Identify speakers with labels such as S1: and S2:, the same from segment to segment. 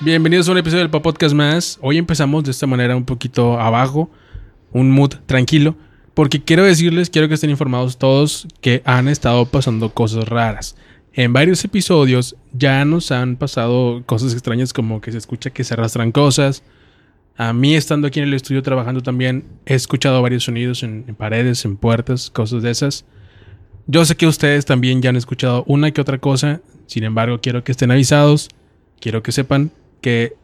S1: Bienvenidos a un episodio del Podcast más. Hoy empezamos de esta manera un poquito abajo, un mood tranquilo, porque quiero decirles, quiero que estén informados todos que han estado pasando cosas raras. En varios episodios ya nos han pasado cosas extrañas como que se escucha que se arrastran cosas. A mí estando aquí en el estudio trabajando también he escuchado varios sonidos en, en paredes, en puertas, cosas de esas. Yo sé que ustedes también ya han escuchado una que otra cosa, sin embargo quiero que estén avisados, quiero que sepan que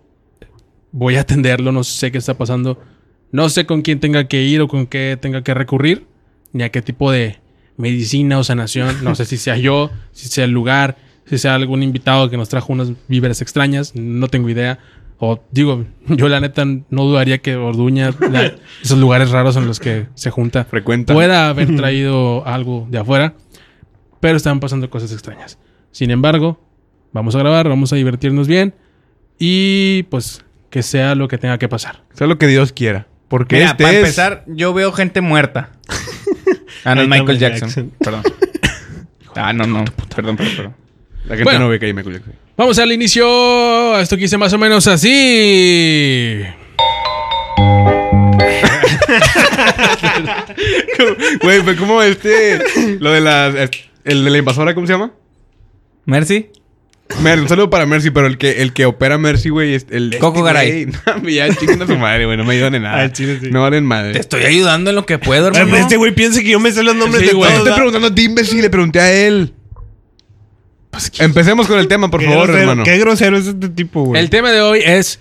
S1: voy a atenderlo, no sé qué está pasando, no sé con quién tenga que ir o con qué tenga que recurrir, ni a qué tipo de medicina o sanación, no sé si sea yo, si sea el lugar, si sea algún invitado que nos trajo unas víveres extrañas, no tengo idea. O digo, yo la neta no dudaría que Orduña, la- esos lugares raros en los que se junta,
S2: Frecuenta.
S1: pueda haber traído algo de afuera, pero estaban pasando cosas extrañas. Sin embargo, vamos a grabar, vamos a divertirnos bien y pues que sea lo que tenga que pasar.
S2: Sea lo que Dios quiera. Porque
S3: Mira,
S2: este
S3: para
S2: es...
S3: empezar, yo veo gente muerta. Ah, no, es
S4: Ahí
S3: Michael
S4: está
S3: Jackson. Perdón. ah, no, no. Perdón, perdón, perdón.
S2: La gente
S1: Bueno.
S2: no ve que ahí me culió.
S1: Vamos al inicio, esto quise más o menos así.
S2: Güey, fue como este... Lo de la... El de la invasora, ¿cómo se llama?
S3: Mercy.
S2: Mer, un saludo para Mercy, pero el que, el que opera Mercy, güey, es el... este
S3: Coco Garay.
S2: güey, no, ya chinguen a su madre, güey. No me ayudan en nada.
S4: Al chile, sí.
S2: No valen madre.
S3: Te estoy ayudando en lo que puedo,
S4: Ay,
S3: hermano.
S4: pero Este güey piensa que yo me sé los nombres
S2: Sí,
S4: de
S2: güey.
S4: todos.
S2: Estoy
S4: ¿verdad?
S2: preguntando a ti, imbécil. Le pregunté a él. Empecemos con el tema, por
S4: Qué
S2: favor,
S4: grosero-
S2: hermano.
S4: Qué grosero es este tipo, güey.
S1: El tema de hoy es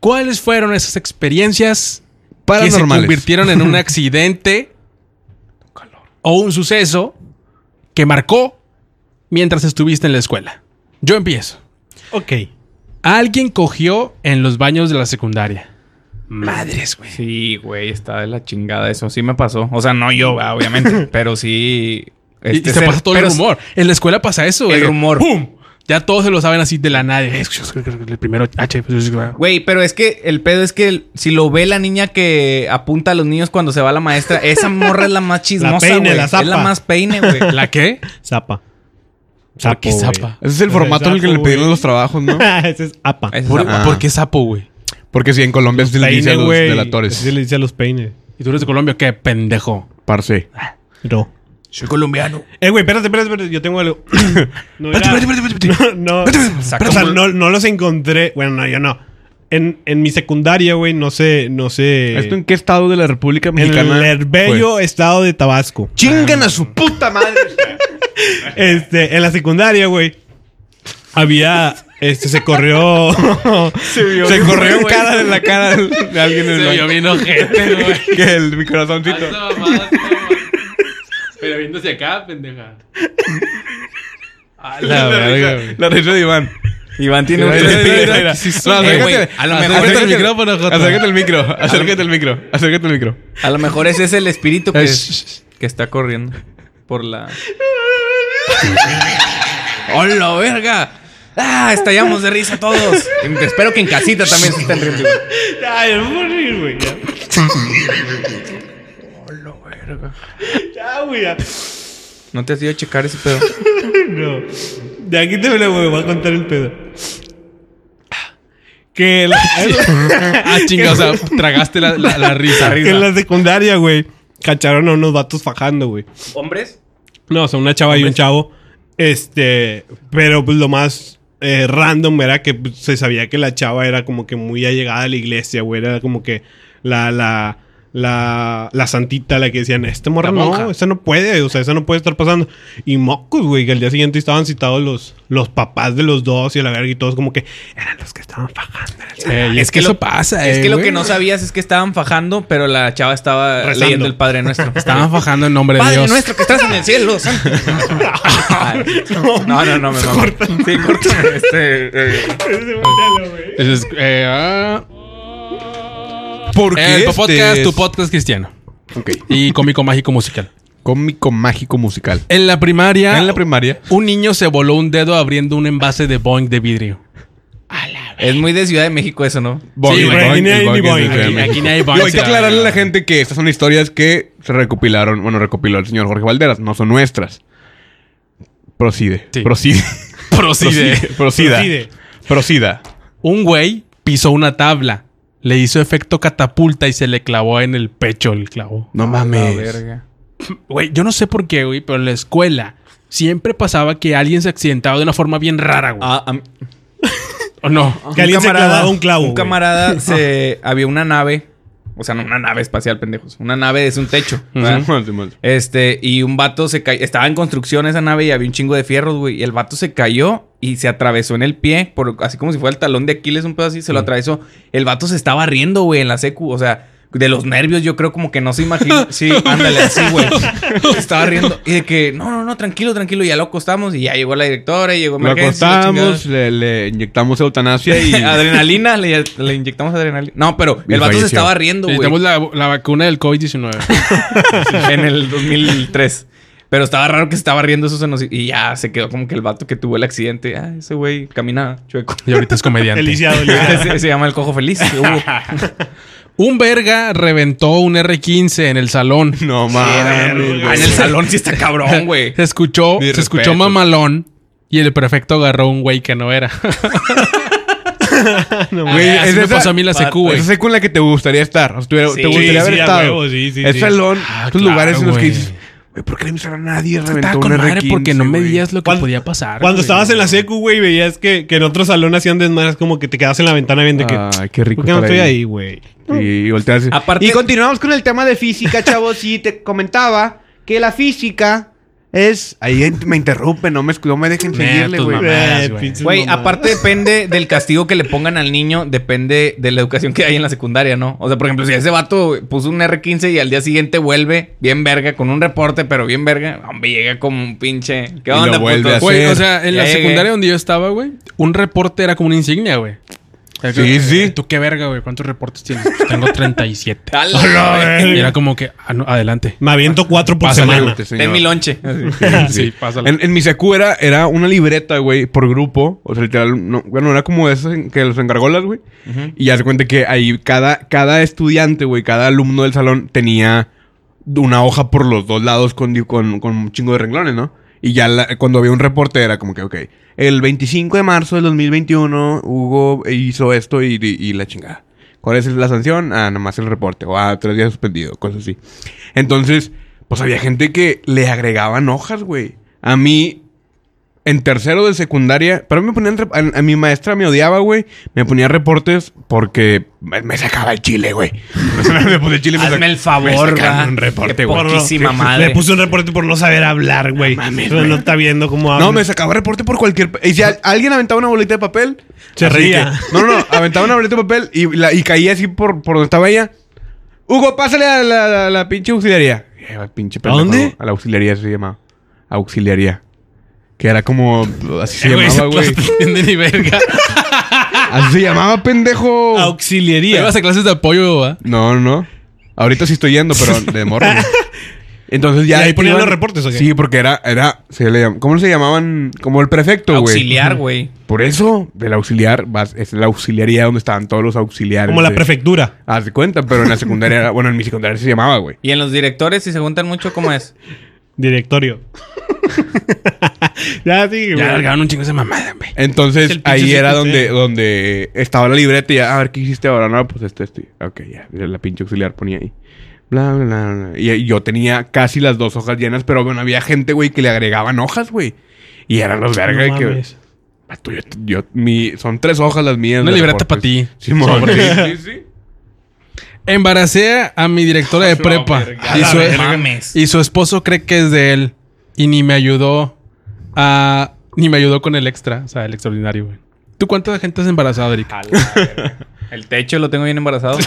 S1: ¿cuáles fueron esas experiencias que se
S2: Paranormales.
S1: convirtieron en un accidente o un suceso que marcó mientras estuviste en la escuela? Yo empiezo.
S4: Ok.
S1: Alguien cogió en los baños de la secundaria. Madres, güey.
S3: Sí, güey, está de la chingada eso. Sí me pasó. O sea, no yo, va, obviamente. pero sí.
S1: Y-
S3: este
S1: y se
S3: ser-
S1: pasa todo el
S3: pero-
S1: rumor. En la escuela pasa eso, güey.
S3: El rumor.
S1: ¡Pum! Ya todos se lo saben así de la nada. El primero H.
S3: Güey, pero es que el pedo es que el- si lo ve la niña que apunta a los niños cuando se va la maestra, esa morra es la más chismosa,
S4: peine,
S3: güey.
S4: la
S3: Es la
S4: zapa.
S3: más peine, güey.
S1: ¿La qué?
S4: Zapa.
S1: ¿Por qué
S4: güey.
S1: zapa?
S2: Ese es el formato en el que le
S4: Sapo,
S2: pidieron
S4: güey.
S2: los trabajos, ¿no?
S4: Ese es apa.
S3: Esa
S1: ¿Por,
S3: zapa.
S1: por qué sapo, güey?
S2: Porque si en Colombia se le dice a
S4: Peine,
S2: los
S4: güey.
S2: delatores.
S4: Así se le dice a los peines.
S1: ¿Y tú eres de Colombia? ¿Qué pendejo?
S2: Parce.
S4: No.
S1: Soy colombiano.
S4: Eh, güey, espérate, espérate, espérate. Yo tengo algo. no, era-
S1: Espérate, espérate, espérate, espérate.
S4: no.
S3: Saca
S4: o sea,
S3: un-
S4: no, no los encontré. Bueno, no, yo no. En, en mi secundaria, güey, no sé, no sé.
S2: ¿Esto en qué estado de la República
S4: en
S2: Mexicana?
S4: el herberio estado de Tabasco.
S2: ¡Chingan a su puta madre!
S4: Este, en la secundaria, güey. Había. Este, se corrió.
S2: Se,
S3: bien,
S2: corrió en
S3: güey.
S2: cara de la cara del- de alguien en el
S1: Se yo
S2: baño.
S1: bien ojete, güey.
S2: Que el mi corazoncito.
S1: Esa mamada, sí, mamá. Pero viéndose acá, pendeja. A
S2: Ah, La,
S1: verga,
S2: risa,
S1: güey.
S2: la risa de Iván.
S3: Iván tiene un...
S2: Mira, mira, mira. No,
S3: Eh, güey,
S2: acércate.
S3: a lo mejor
S2: Acércate
S3: es
S2: al
S3: el
S2: micrófono,
S1: Jota.
S2: Acércate al micro. Acércate al micro. Acércate al micro.
S3: A lo mejor ese es el espíritu que,
S2: Es-
S3: que está corriendo por la. ¡Hola, verga! ¡Ah! Estallamos de risa todos. Espero que en casita también se estén riendo.
S4: Ay, me voy a morir, güey. Ya. Ya, güey. ya.
S3: ¿No te has ido a checar ese pedo?
S4: No. De aquí te lo güey, voy a contar el pedo. Que la,
S1: Ah, chinga, o sea, tragaste la, la, la risa.
S4: que en la secundaria, güey, cacharon a unos vatos fajando, güey.
S3: ¿Hombres?
S4: No, o sea, una chava y un chavo. Este, pero pues lo más eh, random era que pues, se sabía que la chava era como que muy allegada a la iglesia, güey. Era como que la, la, la, la santita, la que decían, este morra
S1: La monja.
S4: no, esa no puede, o sea, esa no puede estar pasando. Y mocos, güey, que al día siguiente estaban citados los, los papás de los dos y a la verga y todos como que eran los que estaban fajando. en el salón.
S1: Eh, y es, que,
S3: que
S1: eso
S3: lo-
S1: pasa,
S3: Es
S1: eh,
S3: que lo
S1: güey.
S3: que no sabías es que estaban fajando, pero la chava estaba
S4: Rezando.
S3: leyendo el Padre Nuestro.
S1: Estaban fajando en nombre de
S3: Padre
S1: Dios.
S3: nuestro que estás en el cielo. santo. Ay, No, no, no, me mamó. Sí, corta. Este, eh,
S1: Ese es, eh, ah,
S2: ¿Por qué?
S1: el
S2: este
S1: podcast,
S2: es-
S1: tu podcast cristiano.
S2: Ok.
S1: Y cómico mágico musical.
S2: Cómico mágico musical.
S1: En la primaria,
S2: En la primaria.
S1: un niño se voló un dedo abriendo un envase de boing de vidrio.
S3: es muy de Ciudad de México eso, ¿no?
S1: Sí, güey.
S4: Aquí ni hay ni boing.
S2: Boing, Boing,
S4: Aquí-
S2: Boing.
S1: aquí ni hay boing.
S2: Digo, Hay que aclararle a la gente que estas son historias que se recopilaron, bueno, recopiló el señor Jorge Valderas, no son nuestras. Procide.
S1: Sí.
S2: Procide.
S1: Procide.
S2: Procida.
S4: Procide.
S2: Procida.
S1: Un güey pisó una tabla, le hizo efecto catapulta y se le clavó en el pecho el clavo.
S2: No mames.
S3: Ah, verga.
S1: Güey, yo no sé por qué, güey, pero en la escuela siempre pasaba que alguien se accidentaba de una forma bien rara, güey.
S3: Ah, a mí-
S1: ¿O no?
S4: Que alguien se clavaba un clavo,
S3: Un
S4: güey.
S3: camarada se. Había una nave. O sea, no una nave espacial, pendejos. Una nave es un techo.
S1: Ah.
S3: ¿verdad?
S2: Simón, Simón.
S3: Este, y un vato se cayó. Estaba en construcción esa nave y había un chingo de fierros, güey. Y el vato se cayó y se atravesó en el pie, por, así como si fuera el talón de Aquiles, un pedo así,
S2: Mm.
S3: se lo atravesó. El vato se estaba riendo, güey, en la secu. O sea, de los nervios, yo creo como que no se imagina. Sí, ándale, así, güey. Se estaba riendo. Y de que, no, no, no, tranquilo, tranquilo. Y ya lo acostamos y ya llegó la directora y llegó
S2: Lo
S3: emergencia, la chingada.
S2: acostamos, le, le inyectamos eutanasia y.
S3: adrenalina, le, le inyectamos adrenalina. No, pero
S2: Y
S3: el vato
S2: falleció.
S3: se estaba riendo, güey.
S1: Necesitamos la, la vacuna del COVID-19.
S3: en el 2003. Pero estaba raro que se estaba riendo eso. se nos- Y ya se quedó como que el vato que tuvo el accidente. Ah, ese güey camina chueco.
S1: Y ahorita es comediante.
S4: El lisiado, el lisiado.
S3: se, se llama el cojo feliz.
S2: Ah,
S3: Uh,
S1: Un verga reventó un R15 en el salón.
S2: No mames.
S3: ah, en el salón sí está cabrón, güey.
S1: Se escuchó,
S2: Mis
S1: se escuchó
S2: respetos.
S1: mamalón y el prefecto agarró un güey que no era. Güey,
S2: Güey,
S1: así
S2: es
S1: me
S2: esa-
S1: pasó a mí la secu, güey.
S2: Esa secu en la que te gustaría estar. O sea, te, te
S3: Sí,
S2: gustaría haber
S4: sí, a
S2: estado.
S4: huevo, sí, sí,
S2: es
S4: sí.
S2: salón,
S1: Ah,
S2: esos
S1: claro,
S2: lugares en los que
S1: güey.
S2: dices, güey, ¿por qué no me sale a nadie?
S1: Estaba
S2: Reventó
S1: con
S2: un
S1: madre
S2: R15,
S1: porque no
S2: güey.
S1: medías lo que
S4: ¿Cuándo-
S1: podía pasar.
S4: Cuando
S1: güey.
S4: estabas en la secu, güey, veías que, que en otro salón hacían desmadres como que te quedabas en la ventana viendo que...
S2: Ay, qué rico
S4: ¿Por qué no
S2: estar
S4: estoy
S2: ahí?"
S4: ahí, güey?
S2: Y volteas.
S3: Aparte-
S2: Y continuamos con el tema de física, chavos. Y te comentaba que la física es. Ahí en- me interrumpen, no me, no me dejen
S1: Nah,
S2: seguirle,
S1: tus
S2: güey.
S1: mamás. Mamadas,
S4: Eh,
S1: güey.
S4: pinches
S3: Güey,
S4: mamadas.
S3: aparte depende del castigo que le pongan al niño, depende de la educación que hay en la secundaria, ¿no? O sea, por ejemplo, si ese vato puso un R15 y al día siguiente vuelve bien verga con un reporte, pero bien verga, hombre, llega como un pinche. ¿Qué
S2: Y lo
S3: onda,
S2: vuelve a
S3: puto?
S2: hacer.
S1: Güey, o sea, en
S3: Ya
S1: la
S3: llegué.
S1: secundaria donde yo estaba, güey, un reporte era como una insignia, güey. O sea,
S2: Sí,
S1: que- eh,
S2: sí.
S1: Tú qué verga, güey. ¿Cuántos reportes tienes? Pues tengo 37.
S3: A la verga.
S1: y era como que, ah, no, adelante.
S4: Me aviento cuatro por
S2: Pásale,
S4: semana.
S2: güey, señor.
S3: Ten mi lonche.
S1: Sí, pásalo.
S2: En, en mi secu era, era una libreta, güey, por grupo. O sea, literal, no- bueno, era como esas en- que los engargolas, güey. Y ya se cuenta que ahí cada, cada estudiante, güey, cada alumno del salón tenía una hoja por los dos lados con, di- con, con un chingo de renglones, ¿no? Y ya la- cuando había un reporte era como que, ok, el 25 de marzo del 2021 Hugo hizo esto y, y- y la chingada. ¿Cuál es la sanción? Ah, nomás el reporte. O ah, tres días suspendido, cosas así. Entonces, pues había gente que le agregaban hojas, güey. A mí, en tercero de secundaria, pero me ponían. rep- A, a mi maestra me odiaba, güey. Me ponía reportes porque me, me sacaba el chile, güey. me ponía el chile y me
S3: Hazme
S2: sac-
S3: el
S2: me
S3: favor,
S2: sacaban
S3: va.
S2: un reporte,
S3: Qué
S2: güey.
S4: Por lo-
S3: poquísima madre.
S4: Le puse un reporte por no saber hablar, güey.
S2: mames,
S4: Pero
S2: güey.
S4: no está viendo cómo habla.
S2: No, me sacaba reporte por cualquier. Y si a- alguien aventaba una bolita de papel.
S4: Se
S2: así
S4: reía.
S2: que- no, no, no. Aventaba una bolita de papel y, la- y caía así por, por donde estaba ella. Hugo, pásale a la, la- la pinche auxiliaría. Eh, al pinche pendejo,
S4: dónde?
S2: A la auxiliaría se llamaba. Auxiliaría. Que era como. Así se
S1: Eh, güey,
S2: llamaba,
S1: esa clase
S2: güey.
S1: no entiende ni verga.
S2: Así se llamaba, pendejo.
S1: Ahí
S4: Auxiliaría.
S1: vas a clases de apoyo, ¿verdad?
S2: No, no. Ahorita sí estoy yendo, pero de morro. güey. Entonces ya.
S4: ¿Y ahí
S2: te
S4: ponían los reportes o qué?
S2: Sí, porque era. era se le llam- ¿Cómo se llamaban? Como el prefecto, güey.
S3: Auxiliar, güey.
S2: Por eso, del auxiliar, vas- es la auxiliaría donde estaban todos los auxiliares.
S4: Como la
S2: de-
S4: prefectura.
S2: Haz de cuenta, pero en la secundaria era- Bueno, en mi secundaria se llamaba, güey.
S3: Y en los directores, si se juntan mucho, ¿cómo es?
S4: Directorio. ya, sí,
S1: Ya
S4: güey.
S1: largaron un chingo esa mamada, güey.
S2: Entonces,
S4: el pinche
S2: ahí era
S4: sí,
S2: donde,
S4: sí.
S2: donde estaba la libreta y ya, a ver, ¿qué hiciste ahora? No, pues este, este. Ok, ya. Mira, La pinche auxiliar ponía ahí. Bla, bla, bla. bla. Y, y yo tenía casi las dos hojas llenas, pero bueno, había gente, güey, que le agregaban hojas, güey. Y eran los verga
S4: No
S2: que...
S4: mames.
S2: Ah, tú, yo, yo- mi, son tres hojas las mías.
S1: Una
S2: de
S1: libreta
S2: reportes.
S1: pa' ti.
S2: Simón. Sí, sí, sí.
S1: Embaracé a mi directora de prepa.
S3: verga.
S1: Y su,
S3: A la mames.
S1: y su esposo cree que es de él. Y ni me ayudó a. Ni me ayudó con el extra. O sea, el extraordinario, güey. ¿Tú cuánta gente has embarazado, Erika?
S3: El techo lo tengo bien embarazado.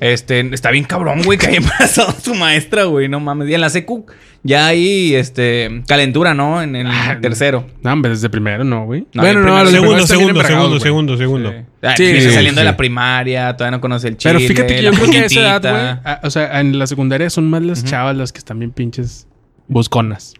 S3: Este, está bien cabrón, güey, que haya embarazado a su maestra, güey. No mames. Y en la secu ya hay, este, calentura, ¿no? En el tercero.
S1: No, hombre, desde primero no, güey.
S3: No,
S1: bueno,
S3: el
S1: no,
S3: primero-
S1: a los
S4: Segundo,
S1: primeros están bien
S4: segundo, segundo,
S1: embargados, güey.
S4: segundo, segundo.
S3: Ah,
S1: Sí,
S3: viene
S2: sí,
S3: saliendo de
S2: sí.
S3: la primaria, todavía no conoce el chile.
S1: Pero fíjate que yo
S3: la
S1: creo que a esa edad,
S3: puntita.
S1: güey. a- O sea, en la secundaria son más las chavas las que están bien pinches busconas.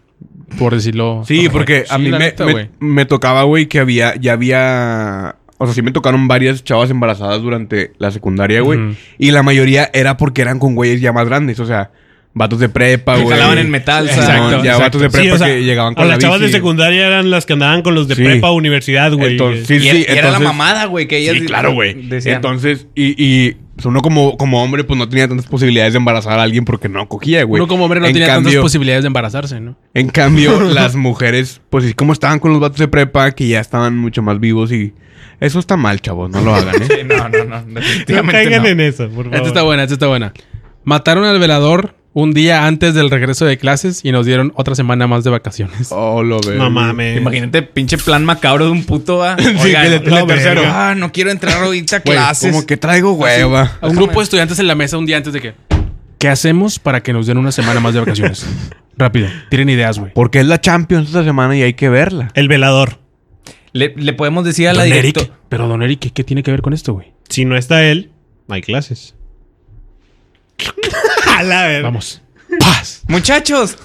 S1: Por decirlo.
S2: Sí, porque a
S1: Sí,
S2: mí
S1: la
S2: me,
S1: neta,
S2: me-
S1: güey.
S2: me tocaba, güey, que había, ya había... O sea, sí me tocaron varias chavas embarazadas durante la secundaria, güey.
S1: Ujú.
S2: Y la mayoría era porque eran con güeyes ya más grandes. O sea, Vatos de prepa,
S3: Que
S2: güey.
S3: jalaban en metal,
S2: Simón,
S3: ¿sabes?
S2: Ya
S1: Exacto.
S2: vatos de
S4: Sí,
S2: prepa
S4: o sea,
S2: que llegaban
S4: o
S2: con la
S4: las chavas de
S2: bici.
S4: secundaria eran las que andaban con los de
S2: Sí.
S4: prepa o universidad, güey.
S2: Entonces,
S4: Eh,
S2: sí,
S3: Y era,
S2: sí,
S3: y era la
S2: entonces-
S3: mamada, güey, que ellas
S2: Sí, claro, güey.
S3: decían.
S2: Entonces, y, y pues, uno como, como hombre, pues no tenía tantas posibilidades de embarazar a alguien porque no cogía, güey.
S1: Uno como hombre no
S2: En
S1: tenía tantas
S2: cambio-
S1: posibilidades de embarazarse, ¿no?
S2: En cambio, las mujeres, pues sí, como estaban con los vatos de prepa, que ya estaban mucho más vivos y eso está mal, chavos, no lo hagan, ¿eh?
S3: Sí, no, no, no.
S4: no
S3: Definitivamente
S4: caigan
S3: no.
S4: en eso, por favor.
S1: Esta Este está buena, esta está buena. Mataron al velador un día antes del regreso de clases y nos dieron otra semana más de vacaciones.
S2: Oh, lo veo.
S4: No mames.
S3: Imagínate pinche plan macabro de un puto, ah. va. Oigan,
S2: que le-
S4: le tercero.
S3: Ah, no quiero entrar ahorita a
S2: Güey,
S3: clases.
S2: como que traigo hueva.
S1: A un grupo de estudiantes en la mesa un día antes de que... ¿Qué hacemos para que nos den una semana más de vacaciones? Rápido, tienen ideas, güey.
S2: Porque es la Champions esta semana y hay que verla.
S4: El velador.
S3: Le, le podemos decir a la
S1: Don Eric,
S3: directora.
S1: pero Don Eric, ¿qué, qué tiene que ver con esto, güey?
S4: Si no está él, no hay clases. A la ver.
S1: Vamos. ¡Paz!
S3: Muchachos.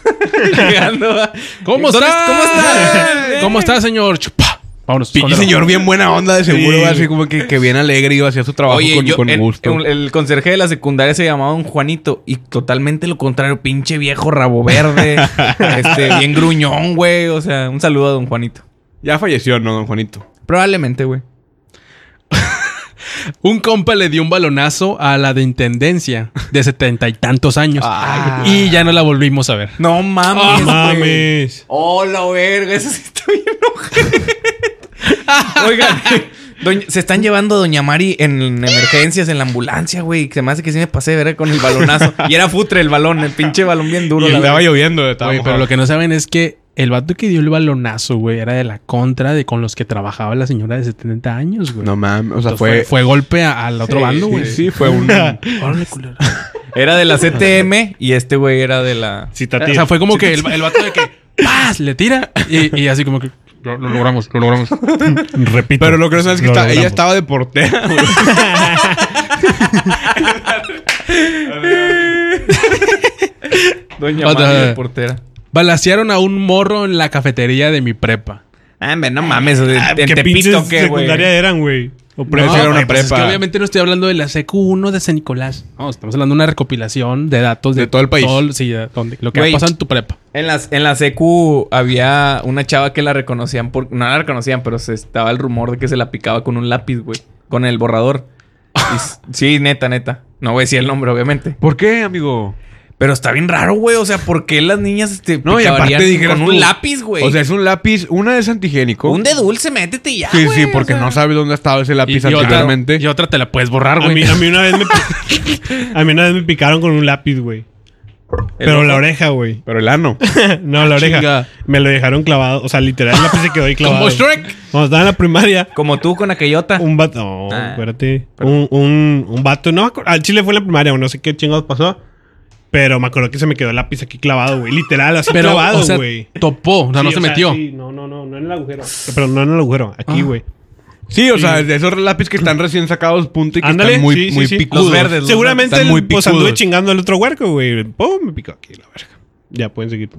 S3: Llegando, va.
S1: ¿Cómo
S3: ¿Dónde-
S1: está?
S3: ¿Cómo está?
S1: ¿Cómo está, señor? Ch- pa. Vámonos.
S2: Pinche
S1: escóndelo.
S2: señor bien buena onda, de seguro,
S4: Sí.
S2: así como que, que bien alegre y hacía su trabajo
S3: Oye,
S2: con,
S3: yo,
S2: con
S3: el,
S2: gusto.
S3: el- el conserje de la secundaria se llamaba Don Juanito y totalmente lo contrario, pinche viejo rabo verde, este, bien gruñón, güey. O sea, un saludo a Don Juanito.
S2: Ya falleció, ¿no, don Juanito?
S3: Probablemente, güey.
S1: Un compa le dio un balonazo a la de intendencia de setenta y tantos años.
S3: Ah.
S1: Y ya no la volvimos a ver.
S3: No mames.
S4: No
S3: güey.
S4: Ah, mames.
S3: Hola, verga, eso sí está bien ojete. Oigan, doña- se están llevando a Doña Mari en emergencias, en la ambulancia, güey. Se me hace que sí me pasé de ver con el balonazo. Y era futre el balón, el pinche balón bien duro.
S2: Y
S3: la
S2: estaba
S3: verdad.
S2: lloviendo, estaba
S1: Güey, pero
S2: mojado.
S1: lo que no saben es que el vato que dio el balonazo, güey, era de la contra de con los que trabajaba la señora de 70 años, güey.
S2: No mames, o sea,
S1: Entonces, fue,
S2: fue...
S1: fue golpe a- al otro
S3: Sí,
S1: bando, güey.
S2: sí, sí, fue un...
S1: Órale, culero.
S3: Era de la CTM y este güey era de la.
S4: Si
S1: o sea, fue como que el, el vato de que ¡paz! le tira y, y así como que lo, lo logramos, lo logramos.
S4: Repito.
S2: Pero lo que no sabes es que
S4: Lo
S2: está-
S4: logramos.
S2: ella estaba de portera, güey.
S3: Doña
S1: Otra.
S3: Mari, de portera.
S1: Balasearon a un morro en la cafetería de mi prepa.
S3: Ah, hombre, no mames. de-
S4: Ah,
S3: en
S4: ¿Qué
S3: Tepito,
S4: pinches
S3: ¿qué, güey?
S4: secundaria eran, güey? O
S2: Pero
S1: No,
S2: esa era una
S1: güey, pues es que
S2: prepa.
S1: obviamente no estoy hablando de la CQ1 de San Nicolás. No, estamos hablando de una recopilación de datos de,
S2: De todo el país.
S1: sí, de donde- lo que
S3: Güey.
S1: ha pasado en tu prepa.
S3: En, las, en la CQ había una chava que la reconocían por... No la reconocían, pero se estaba el rumor de que se la picaba con un lápiz, güey. Con el borrador. Y s- sí, neta, neta. No voy a decir el nombre, obviamente.
S2: ¿Por qué, amigo?
S3: Pero está bien raro, güey. O sea, ¿por qué las niñas este,
S2: No, y aparte dijeras
S3: con
S2: tú,
S3: un lápiz, güey?
S2: O sea, es un lápiz, una es antigénico.
S3: un de dulce, métete y ya,
S2: Sí,
S3: Ah, güey,
S2: sí,
S3: o
S2: porque
S3: sea.
S2: no sabes dónde ha estado ese lápiz
S1: otra-
S2: anteriormente.
S1: y otra te la puedes borrar,
S4: A mí,
S1: güey.
S4: a mí una vez me pi- a mí una vez me picaron con un lápiz, güey. Pero
S3: ojo.
S4: la oreja, güey.
S2: Pero el ano.
S4: No, la oreja.
S1: Chinga.
S4: Me lo dejaron clavado. O sea, literal, el lápiz se quedó ahí clavado.
S1: Como Shrek.
S4: Cuando estaba en la primaria,
S3: Como tú con aquellota.
S4: un vato. No,
S3: Ah.
S4: acuérdate. Un, un, un vato. No, me acuerdo, al chile fue en la primaria, o no sé qué chingados pasó. Pero me acuerdo que se me quedó el lápiz aquí clavado, güey. Literal, así
S1: Pero,
S4: clavado,
S1: o sea,
S4: güey.
S1: topó, o sea, no
S4: Sí,
S1: se
S4: o sea,
S1: metió.
S4: sí, no, no, no, no en el agujero. Pero no en el agujero, aquí,
S1: Ah.
S4: güey.
S2: Sí, o sea, de esos lápices que están recién sacados, punto y que
S4: Ándale,
S2: están muy,
S4: sí, sí,
S2: muy
S4: sí.
S2: picudos.
S3: Los verdes.
S4: Seguramente
S2: están
S4: el-
S2: muy
S4: pues anduve
S2: picudos.
S4: chingando al otro huerco, güey. Pum, me picó aquí la verga. Ya pueden seguir.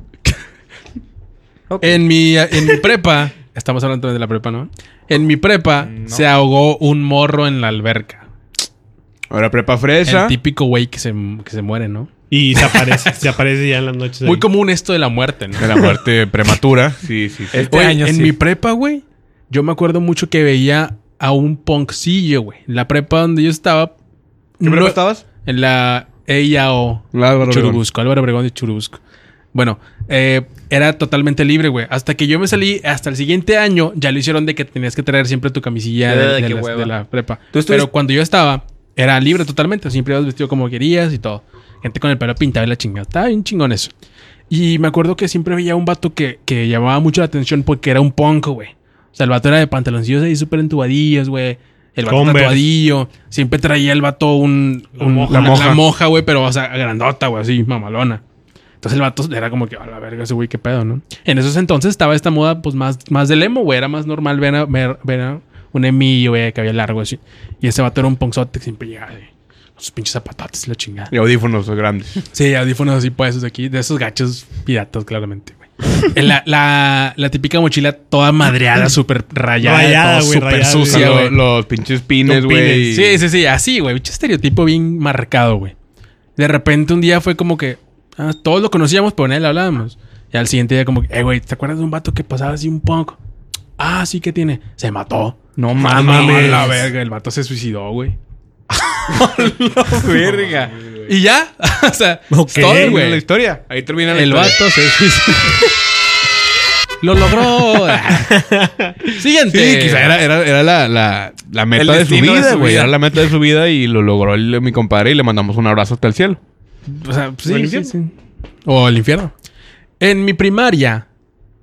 S3: Ok.
S1: En mi, en mi prepa, estamos hablando de la prepa, ¿no? En mi prepa
S4: Mm,
S1: se ahogó un morro en la alberca.
S2: Ahora prepa
S1: El
S2: fresa.
S1: típico güey que se, que se muere, ¿no?
S4: Y se aparece, se aparece ya en las noches.
S1: Muy
S4: ahí.
S1: común esto de la muerte, ¿no?
S2: De la muerte prematura. Sí, sí, sí.
S3: Este
S1: Oye,
S3: año
S1: en
S3: sí.
S1: mi prepa, güey, yo me acuerdo mucho que veía a un punkcillo, güey. En La prepa donde yo estaba.
S2: ¿Qué prepa
S1: no-
S2: estabas?
S1: En la EIAO.
S2: La Álvaro Obregón.
S1: Churubusco. Álvaro Obregón de Churubusco. Bueno, eh, era totalmente libre, güey. Hasta que yo me salí, hasta el siguiente año, ya lo hicieron de que tenías que traer siempre tu camisilla de,
S3: Ah,
S1: de
S3: qué
S1: las-
S3: hueva.
S1: de la prepa.
S3: Tú estuviste-
S1: Pero cuando yo estaba, era libre totalmente. Siempre ibas vestido como querías y todo. Gente con el pelo pintado y la chingada. Estaba bien chingón eso. Y me acuerdo que siempre veía un vato que, que llamaba mucho la atención porque era un punk, güey. O sea, el vato era de pantaloncillos ahí súper entubadillos, güey. El vato
S4: Converse.
S1: tatuadillo. Siempre traía el vato un...
S4: La
S1: un-
S4: moja.
S1: la,
S4: La
S1: moja.
S2: moja.
S1: güey, pero, o sea, grandota, güey, así, mamalona. Entonces el vato era como que, a la verga ese güey, qué pedo, ¿no? En esos entonces estaba esta moda, pues, más, más del emo, güey. Era más normal ver, a- ver, ver a un emillo, güey, que había largo, así. Y ese vato era un ponzote que siempre llegaba, güey. Con sus pinches zapatotes, la chingada.
S2: Y audífonos grandes.
S1: Sí, audífonos así pues esos de aquí, de esos gachos piratas, claramente, güey. En La, la, la típica mochila toda madreada, súper rayada,
S4: Rayada,
S1: todo
S4: güey,
S1: súper
S4: rayada,
S2: O sea,
S1: sucia,
S2: lo-
S1: güey.
S2: los pinches pines,
S4: Los pines.
S2: güey.
S1: Sí, sí, sí, así, güey. Un estereotipo bien marcado, güey. De repente un día fue como que, Ah, todos lo conocíamos, pero nadie le hablábamos. Y al siguiente día como, que, eh, güey, ¿te acuerdas de un vato que pasaba así un poco? Ah, sí, que tiene? Se mató.
S3: No
S1: Ah,
S3: mames.
S1: la verga, el vato se suicidó, güey.
S3: verga.
S1: Y ya, o sea,
S4: Ok.
S1: es todo,
S2: Termina la
S1: güey.
S2: historia. Ahí termina la
S1: El
S2: historia.
S1: vato se suicidó. Lo logró. Siguiente.
S2: Sí, quizá era, era, era la, la, la
S3: El
S2: meta de su
S3: destino de
S2: vida,
S3: su
S2: güey.
S3: vida.
S2: Era la meta de su vida y lo logró el- mi compadre y le mandamos un abrazo hasta el cielo.
S1: O sea, pues,
S2: ¿O
S1: sí,
S2: el
S1: sí,
S2: infierno?
S1: sí. O el infierno. En mi primaria,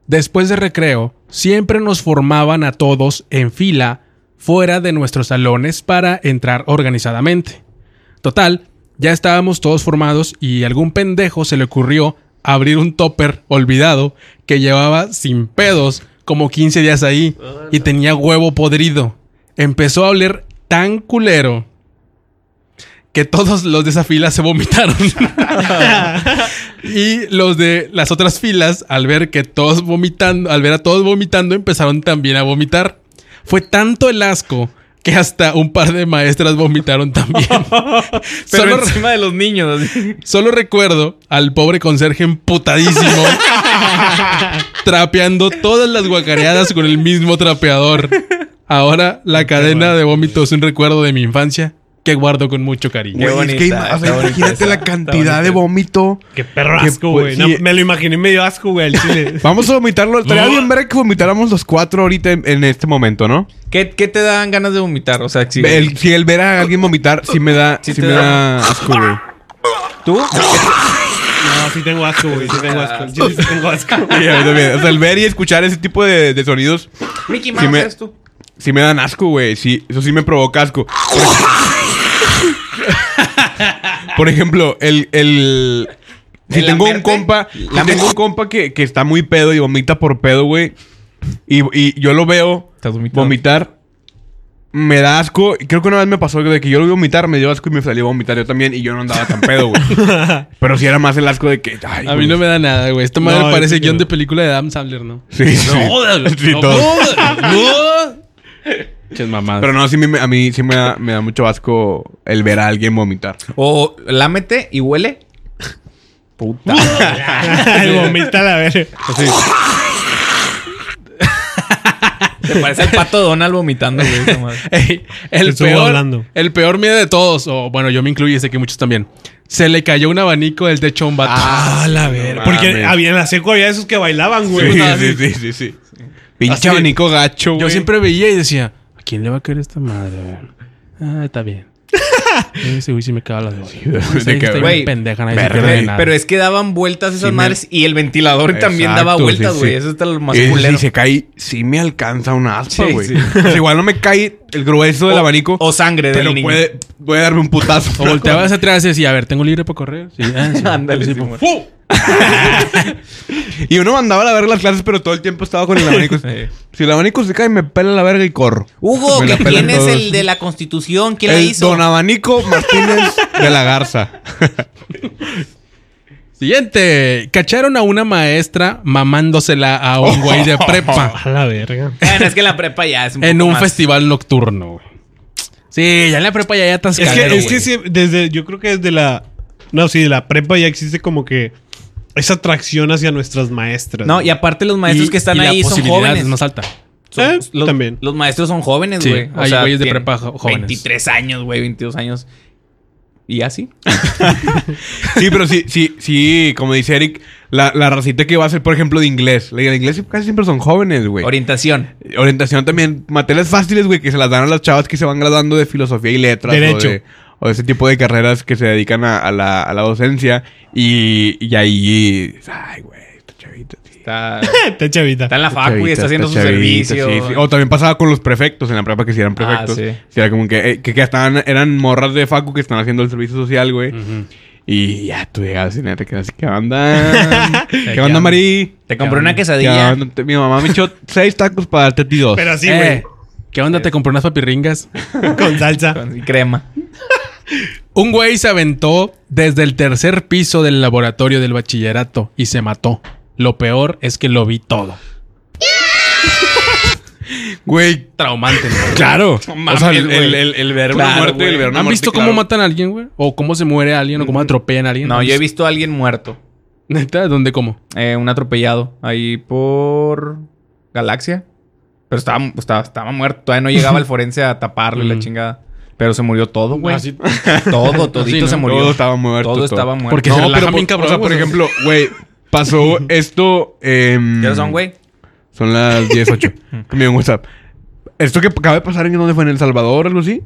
S1: después de recreo, siempre nos formaban a todos en fila fuera de nuestros salones para entrar organizadamente. Total, ya estábamos todos formados y algún pendejo se le ocurrió abrir un topper olvidado que llevaba sin pedos como 15 días ahí y tenía huevo podrido. Empezó a oler tan culero que todos los de esa fila se vomitaron. y los de las otras filas, al ver que todos vomitando, al ver a todos vomitando, empezaron también a vomitar. Fue tanto el asco que hasta un par de maestras vomitaron también.
S3: Pero
S1: Solo-
S3: encima de los niños. así.
S1: Solo recuerdo al pobre conserje emputadísimo trapeando todas las guacareadas con el mismo trapeador. Ahora la cadena de vómitos es un recuerdo de mi infancia que guardo con mucho cariño.
S3: Qué bonita,
S2: ima- o sea,
S3: está bonita esa, está bonita.
S2: vómito.
S4: Qué perro
S2: Que,
S4: asco,
S2: pues,
S4: güey.
S2: sí.
S4: No, me lo imaginé medio asco, güey, al chile.
S2: Vamos a vomitarlo. Estaría
S4: No.
S2: bien ver que vomitáramos los cuatro ahorita en, en este momento, ¿no?
S3: ¿Qué, ¿Qué te dan ganas de vomitar? O sea, si,
S2: El, si el ver a alguien vomitar, sí me da, sí
S3: Sí te
S2: me
S3: da-
S2: da asco, güey.
S3: tú.
S4: No, sí tengo asco, güey. Sí tengo asco. Al chile sí tengo asco.
S2: Sí, a mí también. O sea, el ver y escuchar ese tipo de, de sonidos
S3: Mickey
S2: Mouse, me- eres
S3: tú.
S2: sí me dan asco, güey. Sí, eso sí me provoca asco. Por ej- Por ejemplo, el... el si
S3: El
S2: tengo un
S3: lamberte.
S2: compa, si
S3: Lambe-
S2: tengo un compa que, que está muy pedo y vomita por pedo, güey. Y, y yo lo veo
S3: Estás vomitando.
S2: vomitar. Me da asco. Y Creo que una vez me pasó de que yo lo vi vomitar, me dio asco y me salió a vomitar yo también. Y yo no andaba tan pedo, güey. Pero sí era más el asco de que. ay,
S1: A mí
S2: güey.
S1: no me da nada, güey. Esta
S4: No,
S1: madre
S4: yo
S1: parece
S4: sí
S1: guión
S4: quiero.
S1: de película de Adam Sandler, ¿no?
S2: Sí, sí. Sí, todo.
S1: Ches mamadas.
S2: Pero no, sí me- a mí sí me da, me da mucho asco el ver a alguien vomitar.
S3: O lámete y huele. Puta.
S4: Ay, vomita la verga.
S2: Así.
S3: Te parece el pato Donald vomitando, güey. esa madre.
S1: Ey, el,
S4: Estuvo
S1: peor,
S4: hablando.
S1: el peor miedo de todos, o bueno, yo me incluyo y sé que muchos también. Se le cayó un abanico del techo a un vato.
S4: Ah, la verga. Porque
S2: mames.
S4: había en la seco había esos que bailaban, güey.
S2: Sí,
S4: Ah,
S2: sí, sí, sí,
S1: Así-
S2: sí. Pinche abanico gacho, güey.
S1: Yo siempre veía y decía, ¿a quién le va a caer esta madre? güey? Ah, está bien. Ese güey sí me caga la de
S2: de que,
S1: Está
S3: güey,
S1: bien pendeja, nadie se
S2: verga,
S1: pierde
S2: güey,
S1: de
S3: Pero,
S1: nada.
S3: pero es que daban vueltas esas
S2: Sí, me-
S3: madres y el ventilador también
S2: Exacto,
S3: daba vueltas,
S2: sí,
S3: güey.
S2: sí.
S3: Eso está lo más
S2: Y
S3: culero.
S2: Si se cae, sí me alcanza una aspa,
S3: Sí,
S2: güey.
S3: sí.
S2: O sea, igual no me cae el grueso del
S3: O-
S2: abanico.
S3: O sangre del
S2: pero
S3: niño.
S2: puede, puede darme un putazo.
S1: O volteabas atrás y decía, a ver, ¿tengo libre para correr? Sí, ah, sí.
S3: Ándale,
S1: Sí,
S3: Simón.
S1: ¡fu!
S2: Y uno mandaba a la verga las clases, pero todo el tiempo estaba con el abanico.
S3: Sí.
S2: si el abanico se cae, me pela la verga y corro.
S5: Hugo,
S2: Me
S5: que
S2: la pelan
S5: tienes
S2: todos.
S5: el de la constitución, ¿quién la
S2: El
S5: hizo?
S2: Don Abanico Martínez de la Garza.
S1: Siguiente. Cacharon a una maestra mamándosela a un güey de prepa
S4: A la verga.
S3: Bueno, es que en la prepa ya es un
S1: en
S3: poco
S1: un
S3: más-
S1: festival nocturno, güey. Sí, ya en la prepa ya ya
S4: Es
S1: atascadero,
S4: que, es que
S1: güey.
S4: sí, desde, yo creo que desde la. No, sí, de la prepa ya existe como que esa atracción hacia nuestras maestras.
S3: No,
S4: güey.
S3: y aparte los maestros
S1: Y-
S3: que están
S1: y la
S3: ahí son
S1: posibilidad
S3: jóvenes.
S1: es más alta.
S3: Son-
S4: Eh,
S3: los,
S4: también.
S3: Los maestros son jóvenes,
S1: Sí,
S3: güey. O
S1: hay
S3: sea,
S1: güeyes de
S3: tienen
S1: prepa jo- jóvenes.
S3: 23 años, güey, 22 años. Y así.
S2: Sí, pero sí, sí, sí, como dice Eric, la, la racita que va a ser, por ejemplo, de inglés. La de inglés casi siempre son jóvenes, güey.
S3: Orientación.
S2: Orientación también, materias fáciles, güey, que se las dan a las chavas que se van graduando de filosofía y letras.
S4: Derecho.
S2: O de, o de ese tipo de carreras que se dedican a, a la, a la docencia. Y, y ahí. Ay, güey, esta chavita, sí.
S3: Está,
S4: Está chavita.
S3: está en la facu y
S2: Chavita,
S3: está haciendo su
S2: esta chavita,
S3: servicio.
S2: sí, sí. O también pasaba con los prefectos en la prepa que si eran
S3: Ah,
S2: prefectos.
S3: sí.
S2: Si era como que, eh, que, que estaban, eran morras de facu que están haciendo el servicio social, güey. Y ya tú llegabas y neta te quedas, ¿qué onda? ¿Qué onda, Mari?
S3: Te compré una
S2: ¿Qué
S3: quesadilla.
S2: onda? Te- Mi mamá me echó seis tacos para darte a ti dos.
S4: Pero así,
S1: Eh,
S4: güey.
S1: ¿Qué onda? ¿Te compró unas papirringas?
S4: Con salsa.
S3: Con- y crema.
S1: Un güey se aventó desde el tercer piso del laboratorio del bachillerato y se mató. Lo peor es que lo vi todo.
S2: Güey,
S1: Traumante. ¿no?
S2: claro.
S3: mames,
S2: o sea, el,
S3: güey.
S2: el, el, el ver una
S3: Claro,
S2: muerte,
S3: güey.
S2: el ver una
S1: ¿Han
S2: muerte,
S1: visto
S2: claro.
S1: cómo matan a alguien, güey? ¿O cómo se muere alguien? ¿O cómo atropellan a alguien?
S3: No,
S1: ¿Han
S3: yo he
S1: visto?
S3: visto a alguien muerto.
S1: ¿Neta? ¿Dónde cómo?
S3: Eh, un atropellado ahí por Galaxia. Pero estaba, estaba, estaba muerto. Todavía no llegaba el forense a taparlo y la
S1: Ujú.
S3: chingada. Pero se murió todo, güey.
S1: Así-
S3: Todo, todito
S1: Así, ¿no?
S3: se murió.
S2: Todo estaba muerto,
S3: Todo,
S2: todo.
S3: estaba muerto.
S1: Porque se
S3: no,
S1: relaja
S3: pero
S1: bien
S3: por-
S1: cabrón,
S2: o sea, por
S1: güey.
S2: ejemplo, güey, pasó esto. em,
S3: ¿Qué hora son, güey?
S2: Son las 10.08. Que me dio un WhatsApp. Esto que acaba de pasar en dónde fue, en El Salvador, algo así.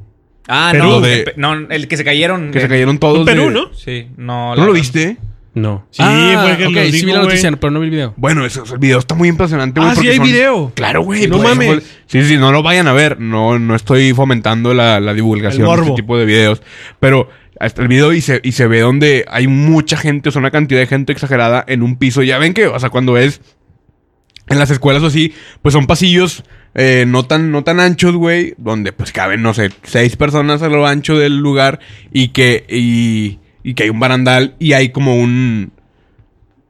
S3: Ah,
S2: Perú.
S3: no.
S2: De-
S3: pe- No, el que se cayeron.
S2: Que
S3: eh,
S2: se cayeron todos.
S4: En Perú,
S2: de-
S4: ¿no?
S3: Sí, no.
S2: ¿No
S3: la-
S2: lo viste?
S1: No.
S4: Sí, fue que
S1: Ah, ok,
S4: los
S1: sí
S4: digo,
S1: vi la
S4: güey.
S1: noticia, pero no vi el video.
S2: Bueno, eso, el video está muy impresionante, güey.
S4: Ah, sí,
S2: porque
S4: hay
S2: son-
S4: video.
S2: Claro, güey.
S4: No
S2: pues, eso
S4: mames.
S2: fue- Sí, sí, no lo vayan a ver. No, no estoy fomentando la, la divulgación
S4: El
S2: de
S4: morbo.
S2: este tipo de videos. Pero hasta el video y se, y se ve donde hay mucha gente, o sea, una cantidad de gente exagerada en un piso. Ya ven que, o sea, cuando es en las escuelas o así, pues son pasillos eh, no, tan, no tan anchos, güey, donde pues caben, no sé, seis personas a lo ancho del lugar y que, y, y que hay un barandal y hay como un...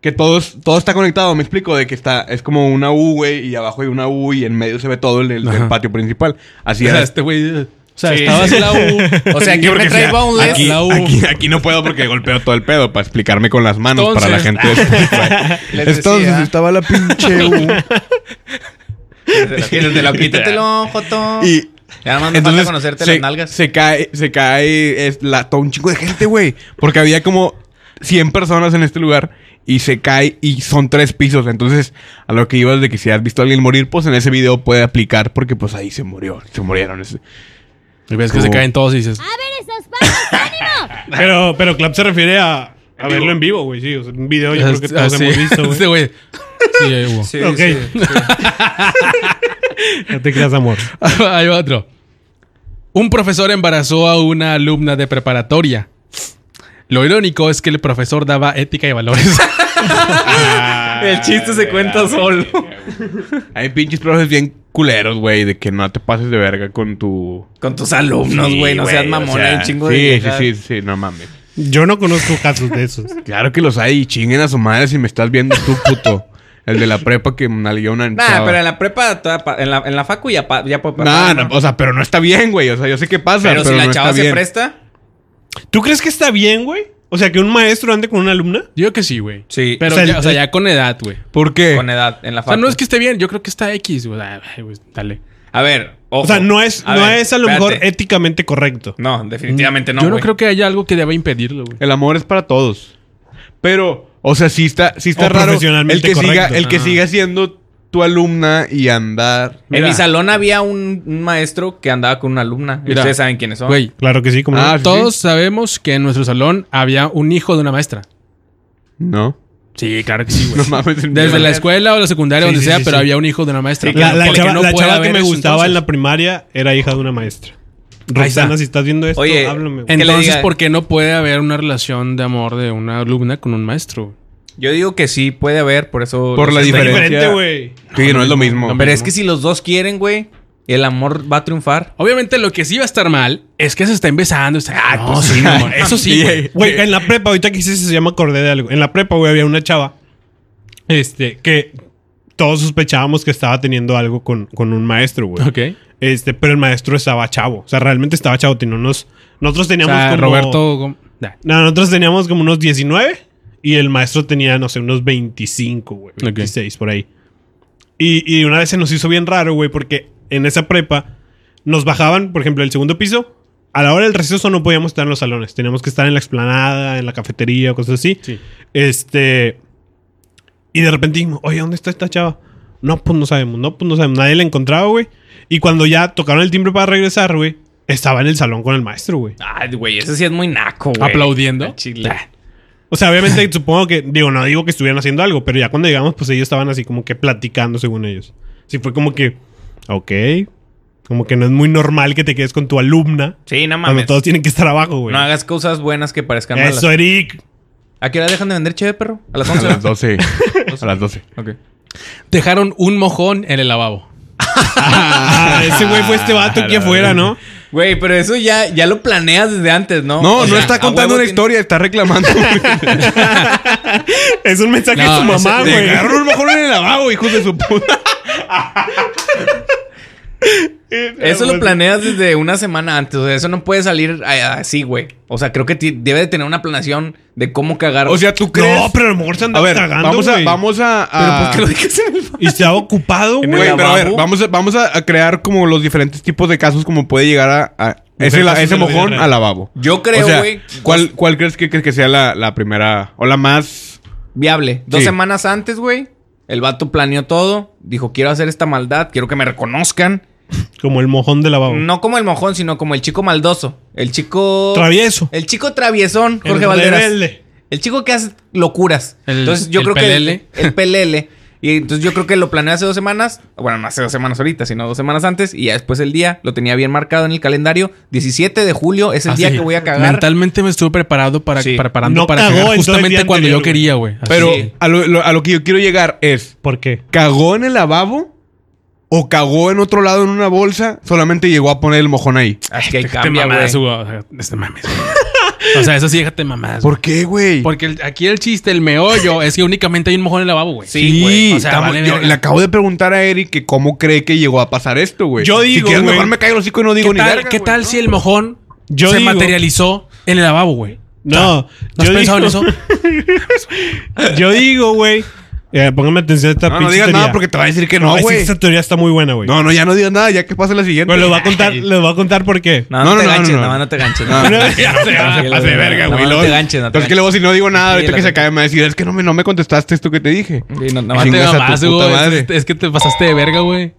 S2: Que todos, todo está conectado, me explico, de que está, es como una U, güey, y abajo hay una U y en medio se ve todo el, el- el
S1: Ajá.
S2: patio principal. Así
S1: O sea,
S2: es.
S1: este güey. eh, O sea,
S3: Sí,
S1: estaba
S3: sí.
S1: en la U.
S3: O sea, aquí
S2: Porque
S3: me trae
S2: sea,
S3: Boundless.
S2: aquí,
S1: La U.
S2: aquí- aquí no puedo porque golpeo todo el pedo para explicarme con las manos para la gente.
S1: Entonces.
S2: de este Spotify.
S3: Les decía.
S2: estaba la pinche U.
S3: Quítatelo, quítatelo, Joto.
S2: Y
S3: Ya nada más me falta conocerte
S2: se,
S3: las nalgas.
S2: Se cae, se cae es la, todo un chingo de gente, güey. Porque había como 100 personas en este lugar y se cae y son tres pisos. Entonces, a lo que ibas de que si has visto a alguien morir, pues en ese video puede aplicar porque pues ahí se murió, se murieron. Es-
S1: Y ves que se
S2: Como-
S1: caen todos y dices.
S5: A ver esas patas, ánimo.
S4: Pero, pero Clap se refiere a, a verlo en vivo, güey. Sí, o sea, un video yo creo que todos
S1: así-
S4: hemos visto,
S1: Este
S4: güey.
S1: güey. Sí, ahí hubo.
S3: Sí,
S4: ok.
S3: sí.
S4: No te creas, amor.
S1: Hay otro. Un profesor embarazó a una alumna de preparatoria. Lo irónico es que el profesor daba ética y valores.
S3: El chiste
S2: Ah,
S3: se cuenta solo.
S2: Hay pinches profes bien culeros, güey, de que no te pases de verga con tu...
S3: Con tus alumnos,
S2: Sí,
S3: güey. No seas mamón.
S2: o sea,
S3: hay un chingo
S2: sí,
S3: de.
S2: Sí,
S3: viejas.
S2: sí, sí, no mames.
S4: Yo no conozco casos de esos.
S2: Claro que los hay y chinguen a su madre si me estás viendo tú, puto. El de la prepa que nalgueó una...
S3: Nah,
S2: chava.
S3: pero en la prepa, toda pa- en la, en la facu ya, pa- ya pa- pa-
S2: No,
S3: pa-
S2: no, o sea, pero no está bien, güey. O sea, yo sé qué pasa.
S3: pero,
S2: Pero,
S3: si la
S2: no
S3: chava
S2: está
S3: se
S2: bien.
S3: presta.
S4: ¿Tú crees que está bien, güey? O sea, que un maestro ande con una alumna.
S1: Yo creo que sí, güey.
S3: Sí.
S1: Pero
S4: O sea,
S1: ya, o sea,
S4: el-
S1: ya con edad, güey.
S2: ¿Por qué?
S3: Con edad, en la
S1: O sea,
S3: facu.
S1: no es que esté bien, yo creo que está X, güey. Ay, güey, dale.
S3: A ver,
S4: O sea, no es,
S3: A
S4: no
S3: ver,
S4: es a lo
S3: espérate.
S4: mejor éticamente correcto.
S3: No, definitivamente no,
S1: Yo no
S3: güey.
S1: creo que haya algo que deba impedirlo, güey.
S2: El amor es para todos. Pero, o sea, sí está, sí está
S4: O
S2: raro. El
S4: profesionalmente
S2: que, siga,
S4: correcto.
S2: el que
S1: Ah.
S2: siga siendo tu alumna y andar.
S3: En
S1: Mira.
S3: mi salón había un, un maestro que andaba con una alumna. Y
S1: Mira.
S3: ustedes saben quiénes son.
S1: Güey,
S4: Claro que sí, como
S2: Ah,
S4: no.
S1: todos sabemos que en nuestro salón había un hijo de una maestra.
S2: No.
S1: Sí, claro que sí,
S2: No mames.
S1: Desde la
S2: no.
S1: escuela o la secundaria,
S4: Sí,
S1: donde
S4: sí,
S1: sea,
S4: sí,
S1: pero
S4: sí.
S1: había un hijo de una maestra.
S3: Sí,
S4: La,
S3: claro,
S4: la
S1: Porque
S4: chava,
S1: no
S4: la
S1: puede
S4: chava que
S1: haber
S4: me
S1: eso,
S4: gustaba en
S1: entonces.
S4: la primaria era hija de una maestra. Roxana, si estás viendo esto,
S3: Oye,
S4: háblame. güey.
S3: que le
S1: Entonces,
S3: diga-
S1: ¿por qué no puede haber una relación de amor de una alumna con un maestro?
S3: Yo digo que sí puede haber, por eso.
S2: Por
S3: los
S2: la
S3: estoy-
S4: Está
S2: diferencia.
S4: diferente, güey.
S2: Sí, no es lo mismo.
S1: No,
S3: Pero es que si los dos quieren, güey, el amor va a triunfar.
S1: Obviamente, lo que sí va a estar mal es que se estén besando. está- Ah, no,
S2: pues,
S1: sí,
S2: sí.
S1: mi amor, Eso sí, güey.
S4: Güey, en la prepa, ahorita que hice eso, se llama acordé de algo. En la prepa, güey, había una chava este, que todos sospechábamos que estaba teniendo algo con, con un maestro, güey.
S1: Ok.
S4: Este, pero el maestro estaba chavo. O sea, realmente estaba chavo. Tenía unos. Nosotros
S1: O
S4: teníamos
S1: sea,
S4: como.
S1: Roberto. Gom- Nah.
S4: No, nosotros teníamos como unos 19 y el maestro tenía, no sé, unos 25, güey.
S1: Ok.
S4: 26 por ahí. Y, y una vez se nos hizo bien raro, güey, porque en esa prepa nos bajaban, por ejemplo, el segundo piso. A la hora del receso no podíamos estar en los salones. Teníamos que estar en la explanada, en la cafetería o cosas así.
S1: Sí.
S4: Este. Y de repente dijimos, oye, ¿dónde está esta chava? No, pues no sabemos, no, pues no sabemos. Nadie la encontraba, güey. Y cuando ya tocaron el timbre para regresar, güey, estaba en el salón con el maestro, güey.
S3: Ay, güey, ese sí es muy naco, güey.
S1: Aplaudiendo.
S3: Al chile.
S2: Ah,
S4: O sea, obviamente supongo que, digo, no digo que estuvieran haciendo algo, pero ya cuando llegamos, pues ellos estaban así como que platicando según ellos. Sí, fue como que, ok, como que no es muy normal que te quedes con tu alumna
S3: Sí, no
S4: cuando
S3: mames.
S4: todos tienen que estar abajo, güey.
S3: No hagas cosas buenas que parezcan malas.
S4: Eso, Eric.
S3: ¿A qué hora dejan de vender cheve, perro? ¿A las
S2: A
S3: 11?
S2: las 12. a las 12.
S3: Ok.
S1: Dejaron un mojón en el lavabo.
S4: Ah, ese güey fue este vato aquí afuera, ¿no?
S3: Güey, pero eso ya, ya lo planeas desde antes, ¿no?
S2: No,
S3: O
S2: no
S3: sea,
S2: está
S3: a huevo
S2: contando una
S3: tiene-
S2: historia, está reclamando.
S4: Es un mensaje
S1: No,
S4: de su mamá,
S1: ese-
S4: güey.
S2: Agarró un mejor en el lavabo, hijos de su puta.
S3: Eso lo planeas desde una semana antes. O sea, eso no puede salir a- así, güey. O sea, creo que ti- debe de tener una planeación de cómo cagar.
S2: O sea, ¿tú crees?
S4: No, pero a lo mejor se
S2: a
S4: andaba
S2: ver,
S4: cagando,
S2: vamos a,
S4: güey.
S2: vamos a,
S3: pero
S2: a-
S3: ¿por qué lo dejas en el baño?
S4: Y estaba ocupado,
S3: En
S4: güey.
S2: Güey,
S3: el
S2: pero a ver,
S3: lavabo?
S2: vamos a, vamos a a crear como los diferentes tipos de casos como puede llegar a, a- ese, la-
S4: casos
S2: ese
S4: de la vida
S2: mojón
S4: real.
S2: al lavabo.
S3: Yo creo,
S2: O sea,
S3: güey.
S2: ¿cuál, ¿Cuál crees que, que- que sea la, la primera o la más?
S3: Viable. Dos
S2: Sí.
S3: semanas antes, güey. El vato planeó todo. Dijo, quiero hacer esta maldad. Quiero que me reconozcan.
S4: Como el mojón de lavabo.
S3: No como el mojón, sino como el chico maldoso. El chico...
S4: Travieso.
S3: El chico traviesón, Jorge
S4: El
S3: Valderas.
S4: rebelde.
S3: El chico que hace locuras.
S1: El-
S3: entonces yo
S1: el
S3: creo
S1: pelele.
S3: que. El, el pelele. Y entonces yo creo que lo planeé hace dos semanas. Bueno, no hace dos semanas ahorita, sino dos semanas antes. Y ya después el día lo tenía bien marcado en el calendario. 17 de julio es el día
S1: Así.
S3: que voy a cagar.
S1: Mentalmente me estuve preparado para,
S3: Sí.
S1: preparando
S4: No
S1: para
S4: cagó en todo
S1: cagar
S4: el
S1: justamente
S4: día
S1: cuando
S4: anterior,
S1: yo quería, güey. Así.
S2: Pero
S3: Sí.
S2: a, lo, lo- a lo que yo quiero llegar es,
S4: ¿Por qué?
S2: ¿cagó en el lavabo o cagó en otro lado en una bolsa? Solamente llegó a poner el mojón ahí.
S3: Es que ahí
S1: Déjate
S3: cambia, güey.
S1: mamadas, Hugo. O sea, este mames. güey. O sea, eso sí, déjate mamadas. güey.
S2: ¿Por qué, güey?
S1: Porque el- aquí el chiste, el meollo, es que únicamente hay un mojón en el lavabo, güey.
S3: Sí, güey.
S1: o sea,
S2: estamos-
S1: vale
S2: yo
S1: verga.
S2: le acabo de preguntar a Eric que cómo cree que llegó a pasar esto, güey.
S4: Yo
S2: Si
S4: digo,
S2: quieres,
S4: güey.
S2: mejor me caigo el hocico y no digo
S1: ¿Qué
S2: ni
S1: tal,
S2: verga,
S1: ¿qué
S2: güey,
S1: tal
S2: ¿no?
S1: si el mojón
S4: Yo
S1: se
S4: digo-
S1: materializó en el lavabo, güey?
S4: No.
S1: ¿No has
S4: yo
S1: pensado en
S4: digo-
S1: eso?
S4: Yo digo, güey. Eh, póngame atención a esta
S2: No, no
S4: pinche
S2: digas nada
S4: teoría.
S2: porque te va a decir que
S4: No,
S2: no,
S4: es que
S2: güey.
S4: Esta teoría está muy buena, güey.
S2: No, no, ya no digas nada, ya que pasa la siguiente.
S4: Pero les voy a contar, les voy a contar por qué.
S3: No, no,
S2: No, no,
S3: te
S2: no,
S3: ganches,
S2: no,
S3: no,
S2: no.
S3: no te ganches.
S2: No,
S3: No,
S2: Ah, no,
S3: ya se
S2: Pase de verga, güey.
S3: No
S2: luego-
S3: te ganches, no te
S2: Entonces, que
S3: ganches.
S2: luego si no digo nada,
S3: Sí,
S2: ahorita
S3: la
S2: que se
S3: neta.
S2: acabe me va a decir, es que no me, no me contestaste esto que te dije.
S3: Sí, no, nada
S1: No
S3: más
S1: te
S3: te-
S2: Chingas a tu
S1: mamás,
S2: puta
S1: güey.
S2: madre.
S1: Es, es que te pasaste de verga, güey.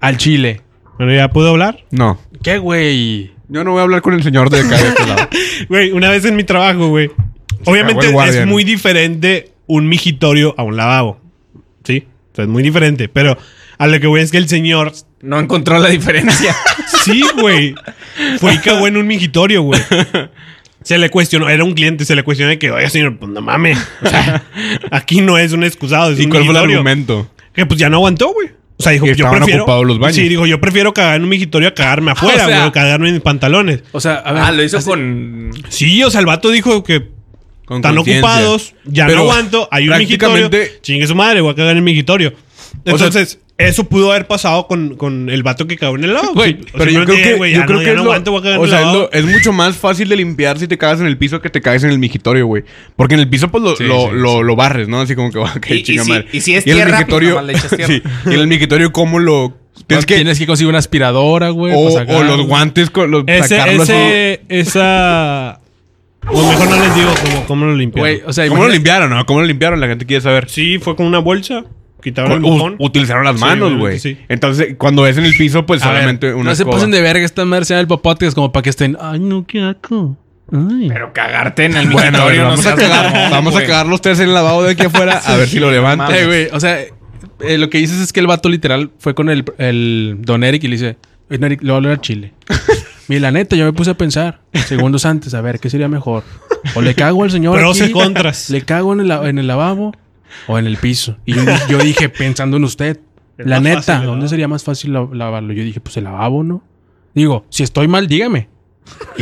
S1: Al chile.
S4: Bueno, ya puedo hablar.
S2: No.
S1: ¿Qué, güey?
S2: Yo no voy a hablar con el señor de acá de este lado.
S4: Güey, una vez en mi trabajo, güey. Obviamente
S2: el
S4: es
S2: guardia, ¿no?
S4: muy diferente un migitorio a un lavabo. Sí, o sea, es muy diferente. Pero a lo que voy es que el señor.
S3: No encontró la diferencia.
S4: Sí, güey. Fue y cagó en un migitorio, güey. Se le cuestionó, era un cliente, se le cuestionó de que, oiga, señor, pues no mames. O sea, aquí no es un excusado, es
S2: ¿Y
S4: un
S2: cuál fue el
S4: migitorio.
S2: argumento?
S4: Que pues ya no aguantó, güey. O sea, dijo,
S2: Y
S4: yo
S2: estaban
S4: prefiero.
S2: ocupados los baños. Ah,
S4: Sí, dijo, yo prefiero cagar en un migitorio a cagarme afuera,
S1: O
S4: güey,
S1: sea-
S4: o cagarme en mis pantalones.
S1: O sea, a ver.
S3: Ah, lo hizo
S1: así-
S3: con.
S4: Sí, o sea, el vato dijo que
S2: Con
S4: están
S2: conciencia.
S4: ocupados, ya
S2: Pero
S4: no aguanto, hay un migitorio.
S2: prácticamente-
S4: Chingue su madre, voy a cagar en el migitorio. Entonces, eso pudo haber pasado con, con el vato que cagó en el lado.
S2: Güey, pero yo creo que, yo creo que es
S4: no
S2: lo-
S4: aguanto, voy a cagar
S2: o
S4: en
S2: sea,
S4: el
S2: es,
S4: lado.
S2: lo- es mucho más fácil de limpiar si te cagas en el piso que te caes en el mijitorio, güey. Porque en el piso pues lo,
S1: Sí,
S2: lo,
S1: sí,
S2: lo, lo barres, ¿no? Así como que va a
S3: Y- y si- y si es
S2: en el
S3: tierra, pues,
S2: migitorio-
S3: nomás le echas tierra.
S2: sí, y en el mijitorio cómo lo
S1: Tienes
S2: tienes
S1: que,
S2: que
S1: conseguir una aspiradora, güey.
S2: o,
S1: para sacar-
S2: o los guantes con los
S4: Ese,
S2: sacarlo así.
S4: ese, esa. O Pues mejor no les digo cómo, cómo lo
S1: Güey,
S4: limpiaron.
S1: o sea,
S2: ¿Cómo lo
S1: imagina-
S2: limpiaron, no? ¿Cómo lo limpiaron? La gente quiere saber.
S4: Sí, fue con una bolsa, quitaron el
S2: Con-
S4: mojón.
S2: u- utilizaron las
S4: Sí,
S2: manos,
S4: obviamente,
S2: güey.
S4: sí.
S2: Entonces, cuando es en el piso, pues
S1: A ver,
S2: solamente una
S1: No se
S2: escoba.
S1: pasen de verga esta merced del popote, es como para que estén. Ay, no, qué asco. Ay.
S3: Pero cagarte en el
S2: Bueno, a ver,
S3: migitorio no
S2: vamos, a
S3: seas
S2: cagar,
S3: mamón,
S2: vamos a
S3: güey.
S2: cagar los tres en el lavado de aquí afuera a ver si lo levanta.
S1: Eh, güey, o sea, eh, lo que dices es que el vato literal fue con el, el don Eric y le dice, "Oye, Eric, le voy a hablar a Chile. Y la neta, yo me puse a pensar segundos antes, a ver, ¿qué sería mejor? O le cago al señor
S4: Pros y contras.
S1: le cago en el, la- en el lavabo o en el piso. Y yo, di- yo dije, pensando en usted,
S4: Es
S1: la
S4: más
S1: neta,
S4: fácil, ¿no?
S1: ¿dónde sería más fácil la- lavarlo? Yo dije, pues el lavabo, ¿no? Digo, si estoy mal, dígame.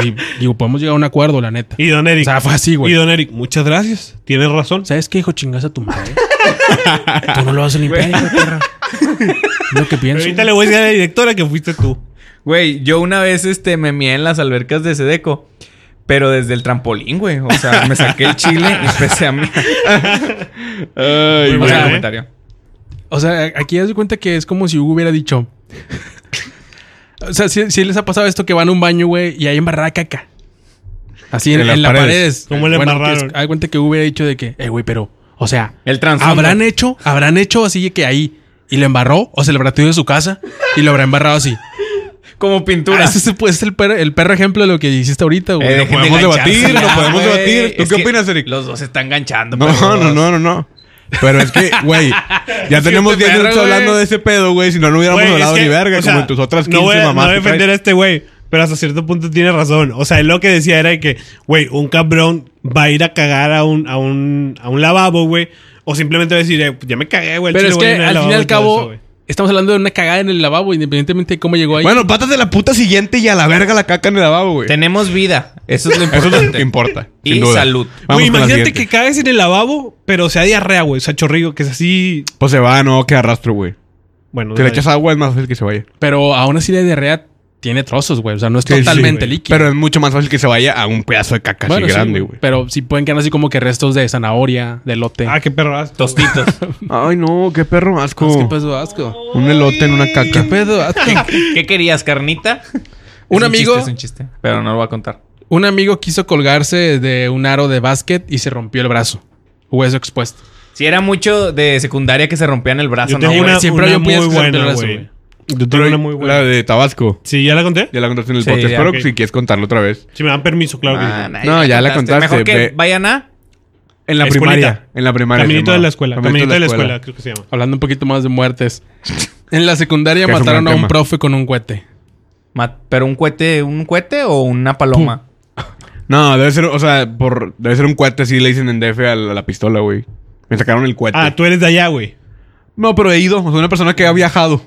S1: Y digo, podemos llegar a un acuerdo, la neta.
S4: Y don Eric.
S1: O sea, fue así, güey.
S4: Y don Eric, muchas gracias. Tienes razón.
S1: ¿Sabes qué, hijo? Chingas a tu madre. Tú no lo vas a limpiar, hijo de perra. Es lo que
S4: Pero
S1: pienso.
S4: ahorita le voy a decir a la directora que fuiste tú.
S3: Güey, yo una vez este, me mié en las albercas de Sedeco. Pero desde el trampolín, güey. O sea, me saqué el chile y empecé a mí.
S4: Muy
S3: o sea,
S4: bueno, ¿eh?
S3: comentario.
S1: O sea, aquí haz de cuenta que es como si Hugo hubiera dicho. O sea, si, si les ha pasado esto que van a un baño, güey, y hay embarrada caca. Así en,
S2: En las
S1: en la pared.
S2: paredes.
S4: ¿Cómo le
S1: que es-
S4: embarraron?
S1: Haz de cuenta que Hugo hubiera dicho de que, eh, güey, pero, o sea,
S3: El trasfondo.
S1: habrán hecho, habrán hecho así que ahí. Y le embarró, o se le habrá tirado de su casa y lo habrá embarrado así.
S3: Como pintura.
S1: Ah, ese es, pues, el, perro, el perro ejemplo de lo que hiciste ahorita, güey.
S3: Eh,
S1: Lo
S3: dejen de
S2: podemos
S3: engancharse
S2: debatir,
S3: ya,
S2: lo podemos
S3: Ah, güey.
S2: debatir. ¿Tú
S3: Es
S2: qué
S3: que
S2: opinas, Eric?
S3: Los dos se están enganchando.
S2: No,
S3: perros.
S2: no, no, no, no. Pero es que, güey, ya tenemos 10
S3: perro,
S2: minutos
S3: güey.
S2: hablando de ese pedo, güey. Si no, no hubiéramos
S4: Güey,
S2: hablado
S4: es que,
S2: ni verga,
S4: o sea,
S2: como en tus otras 15
S4: no voy, a-
S2: mamás.
S4: No voy a
S2: que
S4: defender a
S2: traes.
S4: este güey, pero hasta cierto punto tiene razón. O sea, él lo que decía era que, güey, un cabrón va a ir a cagar a un, a un, a un lavabo, güey. O simplemente va a decir, eh, ya me cagué, güey. al chile
S1: Pero es
S4: voy a
S1: que
S4: ir al
S1: al fin
S4: lavabo
S1: y al
S4: y todo eso,
S1: cabo,
S4: güey".
S1: estamos hablando de una cagada en el lavabo, independientemente de cómo llegó ahí.
S2: Bueno, patas de la puta siguiente y a la verga la caca en el lavabo, güey.
S3: Tenemos vida. Eso es lo
S2: Eso es lo
S3: importante.
S2: que importa.
S3: Y
S2: sin duda.
S3: salud.
S2: Vamos
S4: Güey,
S2: con la
S4: imagínate
S2: siguiente.
S4: que cagues en el lavabo, pero sea diarrea, güey. O sea, chorrigo, que es así.
S2: Pues se va, no, que arrastro, güey.
S4: Bueno,
S2: Si le
S4: deja-
S2: echas agua es más fácil que se vaya.
S1: Pero aún así la diarrea tiene trozos, güey. O sea, no es
S2: Sí, sí,
S1: totalmente
S2: güey.
S1: líquido.
S2: Pero es mucho más fácil que se vaya a un pedazo de caca
S1: Bueno,
S2: así
S1: sí,
S2: grande,
S1: güey.
S2: güey.
S1: Pero sí pueden quedar así como que restos de zanahoria, de elote.
S4: Ah, qué perro asco.
S3: Tostitos.
S2: Ay, no, qué perro asco.
S1: ¿Qué
S4: pues,
S1: pedo asco?
S2: Un elote en una caca.
S1: pedo asco?
S3: ¿Qué querías, carnita?
S1: Un
S3: Es
S1: amigo-
S3: chiste, es un chiste, pero no lo voy a contar.
S1: Un amigo quiso colgarse de un aro de básquet y se rompió el brazo. Hueso expuesto.
S3: Si era mucho de secundaria que se rompían el brazo,
S4: Yo
S3: ¿no?
S4: tengo
S3: güey?
S4: una,
S1: siempre
S4: una
S1: yo pienso
S4: muy
S1: que se rompió el
S4: buena,
S1: brazo,
S4: güey.
S1: güey.
S4: Yo tengo una muy buena.
S2: La de Tabasco.
S4: Sí, ¿ya la conté?
S2: Ya la contaste en el
S3: Sí,
S2: podcast,
S3: ya,
S2: pero
S4: ok.
S2: si quieres contarlo otra vez.
S4: Si me dan permiso, claro que
S3: Ah,
S4: sí.
S3: nah,
S2: No, ya la contaste,
S3: Mejor que
S2: ve.
S3: vayan a...
S2: En la
S4: Escuelita.
S2: primaria. En la primaria. se
S4: Caminito de
S2: llamaba.
S4: la escuela. Caminito de la escuela, creo que se llama.
S1: Hablando un poquito más de muertes. En la secundaria
S2: Que es un
S1: mataron
S2: gran
S1: a un
S2: tema.
S1: profe con un cohete.
S3: Ma- ¿Pero un cohete, un cohete o una paloma?
S2: No, debe ser, o sea, por, debe ser un cohete así le dicen en DF a la, a la pistola, güey. Me sacaron el cohete.
S4: Ah, tú eres de allá, güey.
S2: No, pero he ido. O sea, una persona que ha viajado.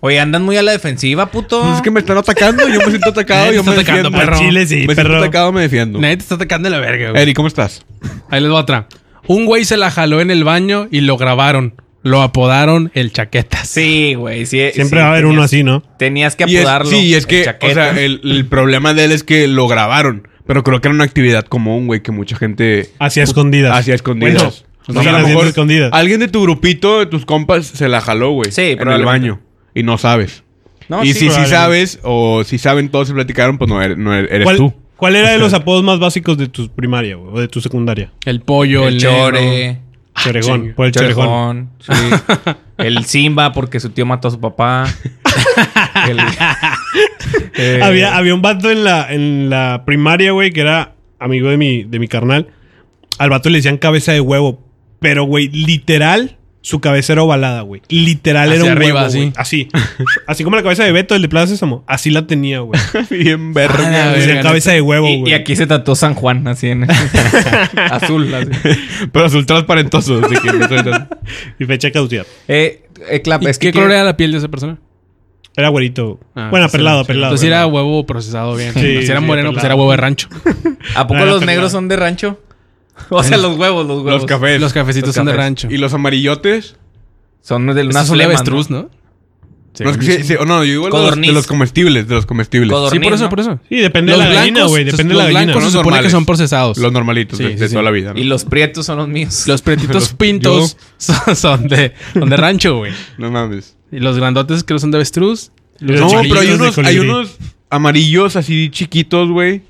S3: Oye, andan muy a la defensiva,
S4: Ah.
S3: puto.
S2: Pues es que me están atacando, yo me siento atacado,
S1: Nadie
S2: yo
S1: te
S2: me
S1: está atacando,
S2: defiendo.
S1: perro.
S4: Al Chile sí,
S2: me siento
S4: perro.
S2: atacado, me defiendo.
S1: Nadie te está atacando de la verga, güey.
S2: Eri, ¿cómo estás?
S1: Ahí les va otra. Un güey se la jaló en el baño y lo grabaron. Lo apodaron el chaquetas.
S3: Sí, güey. sí,
S4: Siempre
S3: sí,
S4: va a haber uno
S3: tenías-
S4: así, ¿no?
S3: Tenías que
S2: Y es-
S3: apodarlo.
S2: sí, y es
S3: el
S2: que, o
S3: chaqueta.
S2: sea, el, el problema de él es que lo grabaron. Pero creo que era una actividad común, güey, que mucha gente
S4: Hacia escondidas.
S2: hacía escondidas.
S4: Bueno,
S2: o sea, a lo
S4: haciendo
S2: mejor
S4: escondidas.
S2: alguien de tu grupito, de tus compas, se la jaló, güey.
S3: Sí,
S2: en el
S3: probablemente.
S2: baño. Y no sabes.
S3: No,
S2: y
S3: sí,
S2: si sí
S4: probablemente.
S2: sabes, o si saben todos se platicaron, pues no eres, no eres eres
S4: ¿Cuál,
S2: tú.
S4: ¿Cuál era de los apodos más básicos de tu primaria, güey? O de tu secundaria.
S1: El pollo, el,
S3: el
S1: negro.
S3: chore.
S2: Ah,
S4: Choregón.
S1: chinga.
S4: por el chorejón.
S3: Chorejón, sí. El Simba porque su tío mató a su papá. El- eh,
S4: Había, había un vato en la, en la primaria, güey, que era amigo de mi, de mi carnal. Al vato le decían cabeza de huevo. Pero, güey, literal, su cabeza era ovalada, güey. Literal
S1: Hacia
S4: era un
S1: arriba,
S4: huevo,
S1: así.
S4: güey. Así. así como la cabeza de Beto, el de Plaza Sésamo. Así la tenía, güey.
S2: Bien
S1: Ah,
S2: verga.
S1: la
S4: Le
S1: verga,
S4: decían
S1: neta.
S4: cabeza de huevo,
S3: y,
S4: güey.
S3: y aquí se tatuó San Juan, así en azul. así.
S2: pero azul transparentoso. así que no soy tan-
S4: Y fecha de caducidad.
S3: Eh, eh, Clap,
S1: ¿Y
S3: es que
S1: ¿Qué color era la piel de esa persona?
S4: Era güerito.
S1: Ah,
S4: bueno,
S1: sí,
S4: pelado,
S1: sí.
S4: pelado.
S1: Entonces
S4: pelado.
S1: era huevo procesado bien.
S4: Sí,
S1: si era
S4: sí,
S1: moreno, pues
S4: pelado.
S1: era huevo de rancho.
S3: ¿A poco
S4: No, no,
S3: los
S4: pero
S3: negros
S4: no.
S3: son de rancho? O sea, los huevos, los huevos.
S2: Los cafés.
S1: Los cafecitos
S3: Los
S1: son de
S3: cafés.
S1: rancho. Pues
S2: Y los amarillotes.
S3: Son de
S1: Una
S3: una
S1: sola
S3: sola
S1: avestruz, ¿no?
S2: No, es que sí- sí, o no, yo digo de los,
S3: Codorniz.
S2: de los comestibles. De los comestibles.
S1: Sí, por
S3: Codorniz,
S1: eso,
S3: ¿no?
S1: por eso.
S4: Sí, depende de la gallina, güey. Depende de la
S1: los
S4: gallina.
S1: blancos
S2: ¿no?
S1: se supone que
S2: Normales.
S1: son procesados.
S2: Los normalitos
S1: Sí,
S2: de,
S1: sí,
S2: de
S1: sí.
S2: toda la vida. ¿no?
S3: Y los prietos son los míos.
S1: Los pretitos
S2: Los-
S1: pintos son, son de, son de rancho, güey.
S2: No mames.
S1: Y los grandotes creo son de avestruz. Los
S2: No,
S1: chiquitos
S2: pero hay
S4: de
S2: unos, hay
S4: colibrí.
S2: unos amarillos así chiquitos, güey.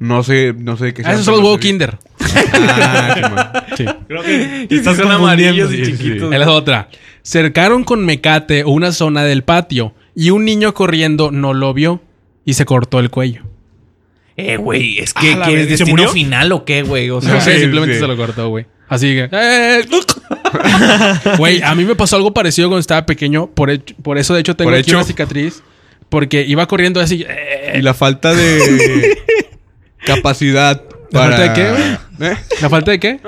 S2: No sé, no sé de qué
S1: Ah, esos
S2: sean,
S1: son los
S2: pero
S1: huevos
S2: sé-
S1: Kinder.
S2: Ah, sí, man.
S1: Sí.
S4: Creo que
S3: Y
S4: estás
S3: si son
S4: confundiendo.
S3: amarillos y
S4: Sí, sí.
S3: chiquitos.
S1: Ahí la otra. Cercaron con mecate una zona del patio y un niño corriendo no lo vio y se cortó el cuello.
S3: Eh, güey, es que
S4: Ah, la
S3: ¿qué
S4: verga,
S3: es
S4: ¿y se
S3: destino
S4: murió?
S3: final o qué, güey? O sea,
S1: No sé,
S2: Sí,
S1: simplemente
S2: sí.
S1: se lo cortó, güey. Así que. ¡eh! Güey, a mí me pasó algo parecido cuando estaba pequeño. Por, hecho- por eso, de hecho, tengo
S2: Por
S1: aquí
S2: hecho.
S1: una cicatriz. Porque iba corriendo así. ¡eh!
S2: Y la falta de capacidad
S1: ¿La
S2: para...
S1: falta de qué,
S2: ¿Eh?
S1: ¿La falta de qué?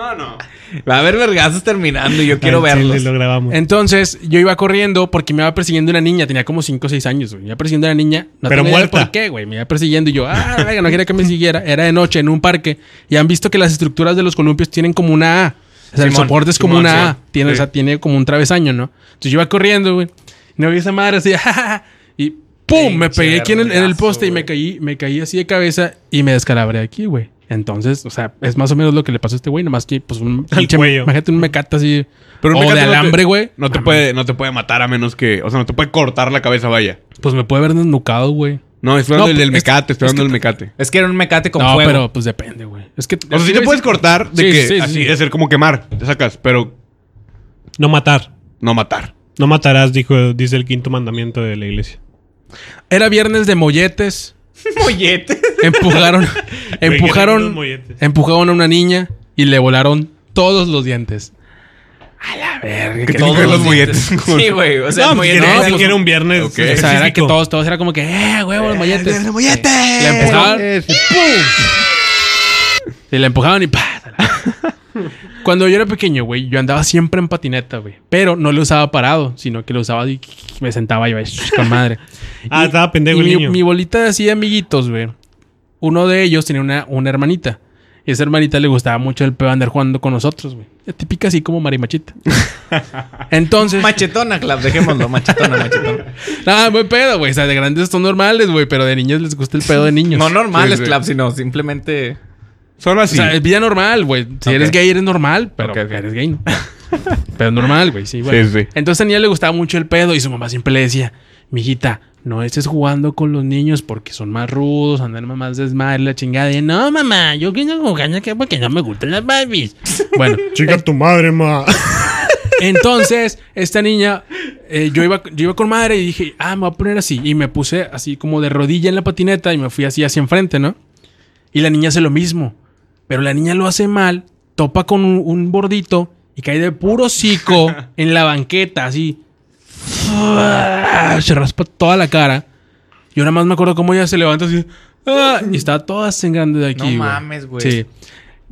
S3: va a haber vergazos terminando y yo quiero
S4: Al Ah, chile
S3: verlos.
S4: Lo grabamos.
S1: Entonces, yo iba corriendo porque me iba persiguiendo una niña. Tenía como 5 o 6 años, güey. Me iba persiguiendo una niña. No
S4: Pero
S1: tenía idea
S4: muerta.
S1: ¿Por qué, güey? Me iba persiguiendo y yo, ah, la verga, no quería que me siguiera. Era de noche en un parque. Y han visto que las estructuras de los columpios tienen como una A. O sea, el
S3: Simón,
S1: soporte es como
S3: Simón,
S1: una
S3: sí.
S1: A. Tiene, O sea, tiene como un travesaño, ¿no? Entonces, yo iba corriendo, güey. No vi esa madre así, ja, ja, ja. Y ¡pum! Me
S3: Pinche
S1: pegué aquí en el, en el
S3: vergazo,
S1: poste y me
S3: güey.
S1: caí, me caí así de cabeza y me descalabré aquí, güey. Entonces, o sea, es más o menos lo que le pasó a este güey, nomás que, pues, un
S4: Al
S1: pinche-
S4: cuello.
S1: Imagínate un mecate así.
S2: Pero un
S1: o de
S2: mecate no te-
S1: alambre, güey.
S2: No, te
S1: Mames.
S2: puede, no te puede matar a menos que... O sea, no te puede cortar la cabeza, vaya.
S1: Pues me puede haber desnucado, güey.
S2: No, estoy hablando
S1: No,
S2: del, del
S1: es-
S2: mecate, estoy
S1: es
S2: hablando
S1: que
S2: del mecate.
S3: Es que era un mecate con
S1: no,
S3: fuego.
S1: pero pues depende, güey. Es que.
S2: O sea, sí te puedes cortar de
S1: Sí,
S2: que
S1: sí, sí,
S2: así
S1: sí.
S2: de ser como quemar, te sacas, pero
S4: No matar.
S2: no matar.
S4: No matarás, dijo, dice el quinto mandamiento de la iglesia.
S1: Era viernes de molletes.
S3: Mollete.
S1: Empujaron.
S4: Güey,
S1: empujaron.
S4: qué ricos los molletes.
S1: Empujaron a una niña y le volaron todos los dientes. A la verga.
S2: Que
S1: que
S2: tiene
S1: todos
S2: que ver los
S1: los
S2: molletes.
S3: Sí, güey. O sea,
S4: no,
S3: ¿eh?
S4: pues,
S3: el mollete.
S4: quiere
S1: no,
S4: decir
S1: pues,
S4: que era un viernes.
S2: ok.
S1: dientes. O
S4: específico.
S1: sea, era que todos, todos era como que, eh, huevo, los molletes.
S2: ¡Los molletes!
S1: Sí. La empujaban. Y la empujaban y ¡pah! Cuando yo era pequeño, güey, yo andaba siempre en patineta, güey. Pero no lo usaba parado, sino que lo usaba y me sentaba y iba con madre.
S4: Ah, estaba pendejo
S1: Y
S4: el
S1: mi,
S4: niño.
S1: mi bolita de así de amiguitos, güey. Uno de ellos tenía una, una hermanita. Y a esa hermanita le gustaba mucho el pedo de andar jugando con nosotros, güey. La Típica así como marimachita. Entonces.
S3: Machetona, Clap, dejémoslo. Machetona, machetona.
S1: Ah, buen pedo, güey. O sea, de grandes son normales, güey. Pero de niños les gusta el pedo de niños.
S3: No normales,
S2: Sí, sí.
S3: Clap, sino simplemente.
S2: Son
S1: O
S2: así.
S1: sea, es vida normal, güey. Si eres
S3: Ok.
S1: gay, eres normal, pero
S3: Ok, ok.
S1: eres gay, ¿no? pero normal, güey, sí, bueno.
S2: Sí, sí.
S1: Entonces a niña le gustaba mucho el pedo y su mamá siempre le decía, mijita, no estés jugando con los niños porque son más rudos, andan más desmadre, la chingada. Y, no, mamá, yo quiero jugar acá porque no me gustan las Barbies. bueno,
S4: Chica tu madre, ma.
S1: entonces, esta niña, eh, yo, iba, yo iba con madre y dije, ah, me voy a poner así. Y me puse así como de rodilla en la patineta y me fui así hacia enfrente, ¿no? Y la niña hace lo mismo. Pero la niña lo hace mal, topa con un, un bordito y cae de puro hocico en la banqueta, así. Se raspa toda la cara. Yo nada más me acuerdo cómo ella se levanta así. "Ah", y estaba toda en grande de aquí.
S3: No mames, güey.
S1: Sí.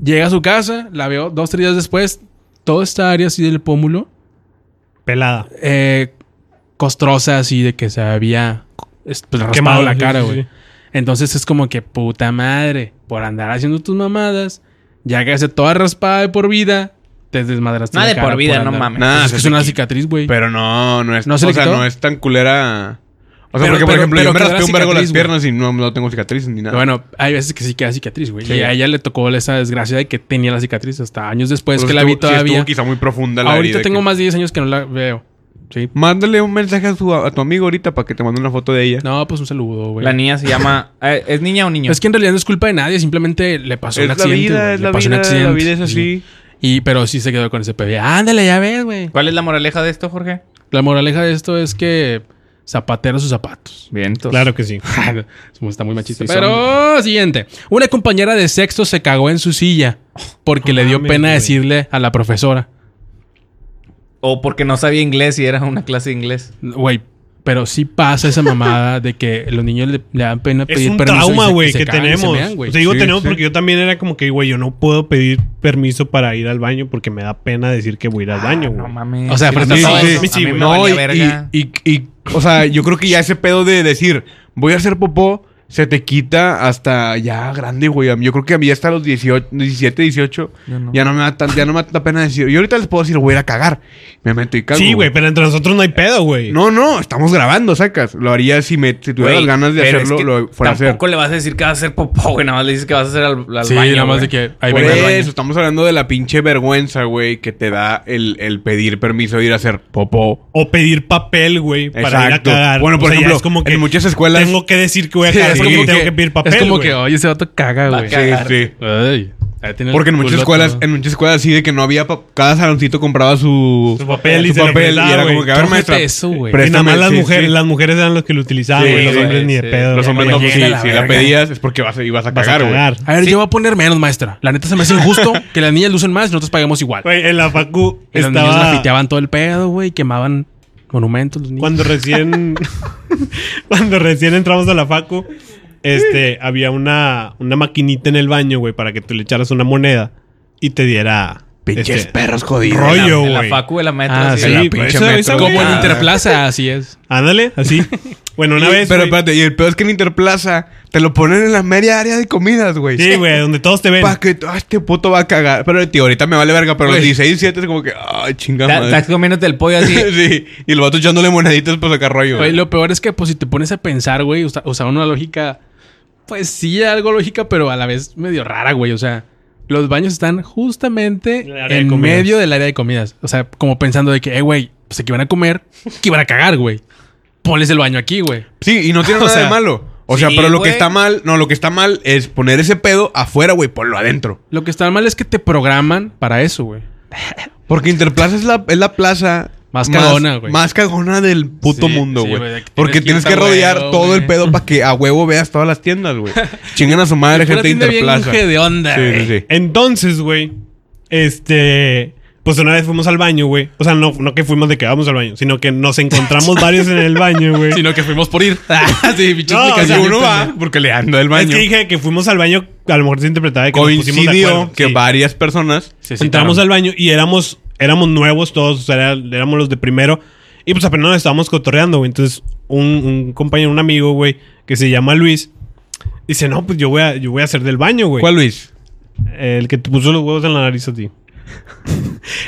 S1: Llega a su casa, la veo dos, tres días después. Toda esta área así del pómulo
S4: Pelada.
S1: eh, costrosa así de que se había es- pues, raspado
S4: Quemado,
S1: la
S4: sí,
S1: cara,
S4: sí,
S1: güey.
S4: sí.
S1: Entonces es como que puta madre, por andar haciendo tus mamadas, ya que hace toda raspada de por vida, te desmadraste.
S3: Nada
S1: la
S3: de
S1: cara
S3: por vida, no
S1: andar-
S3: mames.
S1: Pues
S2: Nah,
S1: es que es
S2: se
S1: una
S2: te-
S1: cicatriz, güey.
S2: Pero no, no es,
S1: ¿No se
S2: o
S1: le
S2: sea,
S1: quitó?
S2: no es tan culera. O sea,
S1: Pero-
S2: porque, por
S1: pero-
S2: ejemplo,
S1: pero
S2: yo me
S1: quedó la
S2: raspé un vergo las
S1: cicatriz, güey.
S2: piernas y no, no tengo cicatrices ni nada.
S1: Bueno, hay veces que sí queda cicatriz, güey.
S2: Sí.
S1: Y a ella le tocó esa desgracia de que tenía la cicatriz hasta años después
S2: Pero
S1: que
S2: sí
S1: la vi
S2: Pues estuvo- sí estuvo
S1: todavía.
S2: quizá muy profunda la
S1: Ahorita
S2: herida
S1: tengo
S2: que- Pues,
S1: más de 10 años que no la veo. Sí.
S2: Mándale un mensaje a, su, a tu amigo ahorita para que te mande una foto de ella.
S1: No, pues un saludo, güey.
S3: La niña se llama. eh, ¿Es niña o niño?
S1: Es que en realidad no es culpa de nadie, simplemente le pasó un
S2: es la
S1: accidente.
S2: vida,
S1: güey.
S2: es
S1: Le
S2: la
S1: pasó un
S2: vida. La
S1: accidente.
S2: vida es
S1: Sí.
S2: así.
S1: Y pero sí se quedó con ese pedo. Ándale, ya ves, güey.
S3: ¿Cuál es la moraleja de esto, Jorge?
S1: La moraleja de esto es que zapatero sus zapatos.
S3: Vientos.
S4: Claro que sí.
S1: Está muy machista.
S3: Sí,
S1: pero siguiente. Una compañera de sexto se cagó en su silla porque
S4: No
S1: le dio
S4: mames,
S1: pena
S4: güey.
S1: decirle a la profesora.
S3: O porque no sabía inglés y era una clase de inglés.
S1: Güey, pero sí pasa esa mamada de que los niños le, le dan pena
S4: Es
S1: pedir
S4: un
S1: permiso y se-
S4: trauma,
S1: y
S4: güey,
S1: se
S4: que
S1: cagan y se
S4: tenemos.
S1: mean, güey.
S4: Te digo
S2: Sí,
S4: tenemos
S2: sí.
S4: porque yo también era como que, güey, yo no puedo pedir permiso para ir al baño porque me da pena decir que voy a ir
S1: Ah,
S4: al baño, güey.
S3: No mames.
S1: O sea, pero
S3: me
S1: sí,
S3: pasó
S1: sí,
S3: eso.
S4: sí,
S3: A mí me
S4: no,
S3: valía
S2: y-
S3: verga.
S2: y, y- y- o sea, yo creo que ya ese pedo de decir, voy a hacer popó, se te quita hasta ya grande, güey. A mí- Yo creo que a mí hasta los 18, 17, 18,
S3: Yo no.
S2: ya no me da tan, ya no me da pena decir. Yo ahorita les puedo decir, voy a ir a cagar. Me meto y cago.
S4: Sí, güey, pero entre nosotros no hay pedo, güey.
S2: No, no, estamos grabando, sacas. Lo haría si, me, si tuviera
S3: Güey,
S2: las ganas de
S3: pero
S2: hacerlo,
S3: es que
S2: lo fuera a hacer.
S3: Tampoco le vas a decir que vas a hacer popó, güey. Nada más le dices que vas a hacer al, al
S1: Sí,
S3: baño.
S1: nada más
S3: güey.
S1: de que ahí
S2: Por
S1: vengo al
S2: eso,
S1: baño.
S2: estamos hablando de la pinche vergüenza, güey, que te da el, el pedir permiso de ir a hacer popó.
S4: O pedir papel, güey, para ir a
S2: Exacto.
S4: cagar.
S2: Bueno,
S4: O
S2: por
S4: sea, ya
S2: ejemplo,
S4: es como que
S2: en muchas escuelas-
S4: Tengo que decir que voy a
S2: Sí,
S4: cagar.
S2: es
S4: porque
S2: como
S4: tengo que pedir papel.
S1: es como
S4: güey.
S1: que, oye, ese vato caga,
S3: Va a
S1: güey.
S2: Sí,
S3: cagar.
S2: sí.
S1: Ay, ahí tiene el
S2: Este, Porque en muchas
S1: culote,
S2: escuelas,
S1: ¿no?
S2: en muchas escuelas así de que no había pa- cada saloncito compraba su,
S4: Su papel y se lo
S2: papel
S4: prestaba,
S2: y era
S4: güey.
S2: como que a ver
S1: Cógete
S2: maestra.
S1: eso, güey.
S4: Y nada
S2: préstame,
S4: más las
S2: sí,
S4: mujeres,
S2: sí.
S4: las mujeres eran los que lo utilizaban,
S2: Sí,
S4: güey. los
S2: sí,
S4: hombres ni de
S3: sí.
S4: pedo.
S2: los
S4: güey.
S2: hombres no,
S1: Llega
S2: sí,
S1: la
S2: si la
S1: verga.
S2: pedías es porque vas a, ibas a
S4: Vas a
S2: cagar, güey.
S4: cagar.
S1: A ver, yo voy a poner menos, maestra. La neta se me hace injusto que las niñas lucen más y nosotros paguemos igual.
S4: Güey, en la facu
S1: Y los niños
S4: estaba...
S1: grafiteaban todo el pedo, güey, quemaban monumentos los niños.
S4: Cuando recién. cuando recién entramos a la facu, este, había una, una maquinita en el baño, güey, para que tú le echaras una moneda y te diera.
S2: Pinches
S4: este,
S2: perros jodidos.
S4: rollo.
S3: En la- En
S4: güey.
S3: la facu de la metro.
S1: Ah,
S3: sí.
S1: sí,
S2: la
S4: Sí,
S2: pinche
S4: esa- esa,
S2: metro.
S4: güey.
S1: Como en
S2: Ah.
S1: Interplaza, así es.
S4: Ándale, así. Bueno, una vez.
S2: Pero
S4: güey,
S2: espérate, y el peor es que en Interplaza te lo ponen en la media área de comidas, güey.
S4: Sí, güey, donde todos te ven.
S2: Pa' que ah, este puto va a cagar. Pero tío, ahorita me vale verga, pero los 16, 17 es como que, ay,
S3: Ta-
S2: chingada.
S3: Estás comiéndote el pollo así.
S2: sí, y el vato echándole moneditas para sacar rollo.
S1: Güey,
S2: güey.
S1: lo peor es que, pues, si te pones a pensar, güey, usa, usar una lógica, pues sí, algo lógica, pero a la vez medio rara, güey. O sea, los baños están justamente
S4: En el área de
S1: en
S4: comidas.
S1: medio del área de comidas. O sea, como pensando de que, eh, güey, pues aquí van a comer, que van a cagar, güey. Ponles el baño aquí, güey.
S2: Sí, y no tiene nada de
S4: sea,
S2: malo. O sea,
S3: sí,
S2: pero lo
S3: güey.
S2: que está mal, no, lo que está mal es poner ese pedo afuera, güey, ponlo adentro.
S1: Lo que está mal es que te programan para eso, güey.
S2: Porque Interplaza es la, es la plaza
S1: Más cagona, güey.
S2: Más cagona del puto
S1: Sí,
S2: mundo,
S1: sí,
S2: güey.
S1: güey, de que
S2: Porque
S1: tienes
S2: tienes
S1: que ir
S2: que
S1: a
S2: rodear
S1: huevo,
S2: todo
S1: güey.
S2: el pedo para que a huevo veas todas las tiendas, güey. Chingan a su madre, Ah, gente de
S1: Una tienda bien
S2: Interplaza. Sí,
S1: de onda,
S2: sí, sí.
S4: Entonces, güey, este. Pues una vez fuimos al baño, güey. O sea, no, no que fuimos de que vamos al baño, sino que nos encontramos varios en el baño, güey.
S1: Sino que fuimos por ir. Ah, sí, pinche
S4: No, o sea,
S1: explicación.
S2: uno va porque le anda el
S4: Es
S2: baño.
S4: que dije que fuimos al baño, a lo mejor se interpretaba de que nos pusimos de
S2: Coincidió
S4: acuerdo,
S2: que
S4: sí.
S2: varias personas
S1: Se
S4: Entramos
S1: citaron.
S4: al baño y éramos, éramos nuevos todos, o sea, era- éramos los de primero. Y pues apenas nos estábamos cotorreando, güey. Entonces, un, un compañero, un amigo, güey, que se llama Luis, dice, no, pues yo voy a, yo voy a hacer del baño, güey.
S2: ¿Cuál Luis?
S4: El que te puso los huevos en la nariz a ti.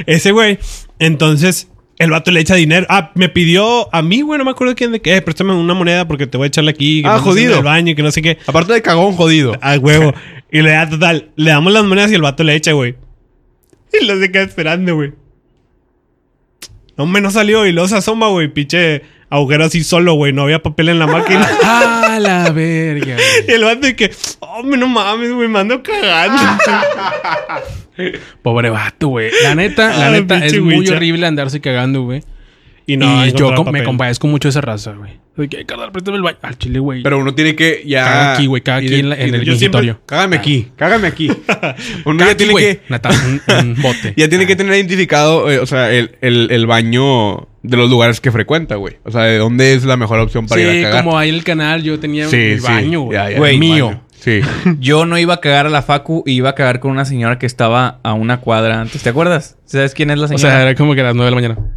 S4: Ese güey. Entonces, el vato le echa dinero. Ah, me pidió a mí, güey, no me acuerdo quién de qué. Eh, préstame una moneda porque te voy a echarle aquí. que
S2: Ah,
S4: me andas en
S2: jodido.
S4: El baño, y que no sé qué.
S2: Aparte de cagón jodido.
S4: A huevo. y le da total. Le damos las monedas y el vato le echa, güey. Y lo se queda esperando, güey. No, hombre, no salió y luego se asoma, güey. Pinche agujero así solo, güey. No había papel en la máquina.
S1: ¡Ah, la verga! güey.
S4: y el vato de que, hombre, no mames, güey, me ando cagando.
S1: Pobre vato, güey. La neta, la
S4: Ah,
S1: neta,
S4: pinche
S1: es muy
S4: huicha.
S1: horrible andarse cagando, güey.
S4: y
S1: y yo
S4: encontraba
S1: com- me
S4: papel.
S1: compadezco mucho de esa raza, güey. Soy que, carnal, préstame el baño. Al chile, güey.
S2: Pero ah, uno tiene que ya.
S1: Caga aquí, güey. Caga aquí en, la- en el
S4: yo siempre-
S1: mingitorio.
S2: Cágame aquí, cágame aquí.
S1: Caga
S2: Uno ya
S1: aquí,
S2: tiene
S1: güey.
S2: que.
S1: Neta, un, un bote.
S2: Ya tiene que tener identificado, eh, o sea, el, el- el baño de los lugares que frecuenta, güey. O sea, de dónde es la mejor opción para
S1: sí,
S2: ir a cagar.
S1: como ahí en el canal yo tenía
S2: Sí,
S1: mi
S2: sí.
S1: baño, güey.
S2: Ya, ya,
S3: Güey,
S2: el
S1: mío.
S2: baño. Sí.
S3: Yo no iba a cagar a la facu y iba a cagar con una señora que estaba a una cuadra antes. ¿Te acuerdas? ¿Sabes quién es la
S1: O
S3: señora?
S1: sea, era como que a las 9 de la mañana.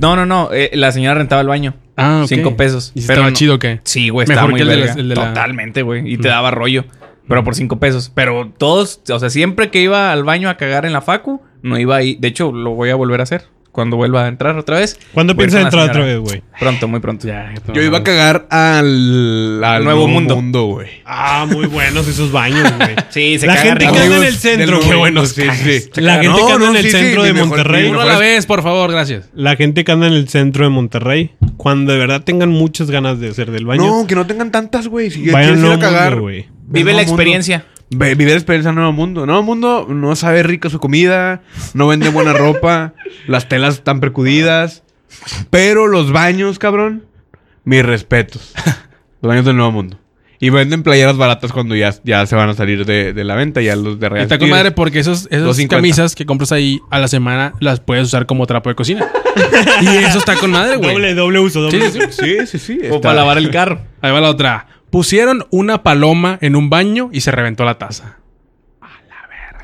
S3: no, no, no. eh, la señora rentaba el baño.
S1: Ah, ok.
S3: Cinco pesos.
S1: ¿Y si
S3: Pero
S1: estaba
S3: no-
S1: chido que
S3: Sí, güey,
S1: Mejor
S3: estaba muy
S1: que el de la-
S3: verga.
S1: el de la-
S3: Totalmente, güey. Y te daba rollo. Pero por cinco pesos. Pero todos, o sea, siempre que iba al baño a cagar en la facu, no iba ahí. De hecho, lo voy a volver a hacer. Cuando vuelva a entrar otra vez.
S4: ¿Cuándo
S3: voy a ir
S4: piensas
S3: con la
S4: entrar otra
S3: señora.
S4: vez, güey?
S3: Pronto, muy pronto.
S2: Yo iba a cagar al, al
S3: Nuevo Mundo.
S2: güey.
S4: Ah, muy buenos esos baños, güey.
S3: Sí, se
S4: La
S3: caga
S4: gente
S3: rico.
S4: que anda en
S2: Amigos
S4: el centro,
S2: del
S4: qué
S2: mundo,
S4: buenos
S2: sí,
S4: cagas.
S2: sí.
S4: La gente
S2: No,
S4: que anda
S2: no,
S4: en el
S2: sí, sí,
S4: centro
S2: mi
S4: de
S2: mejor-
S4: Monterrey.
S2: mi
S1: Uno a la vez, por favor, gracias.
S4: La gente que anda en el centro de Monterrey, cuando de verdad tengan muchas ganas de hacer del baño,
S2: No, que no tengan tantas, güey. Si
S4: Vayan
S2: quieres ir
S4: Nuevo
S2: a
S4: Mundo,
S2: cagar,
S4: güey.
S3: Vive
S2: Nuevo
S3: la
S2: Mundo.
S3: experiencia.
S2: Ve- Vivir la experiencia en Nuevo Mundo. Nuevo Mundo no sabe rica su comida, no vende buena ropa, las telas están percudidas. Pero los baños, cabrón, mis respetos. Los baños del Nuevo Mundo. Y venden playeras baratas cuando ya, ya se van a salir de, de la venta, ya los de
S1: Y
S3: Pues,
S2: Real
S1: Está con
S2: Tigres.
S1: madre porque esos, esas
S2: 2.50.
S1: camisas que compras ahí a la semana las puedes usar como trapo de cocina. y eso está con madre,
S4: doble,
S1: güey.
S4: doble uso, doble
S1: Sí,
S4: uso.
S1: sí, sí. eh.
S2: Sí, sí, sí.
S3: O
S2: está-
S3: para lavar el carro.
S1: Ahí va la otra. Pusieron una paloma en un baño y se reventó la taza.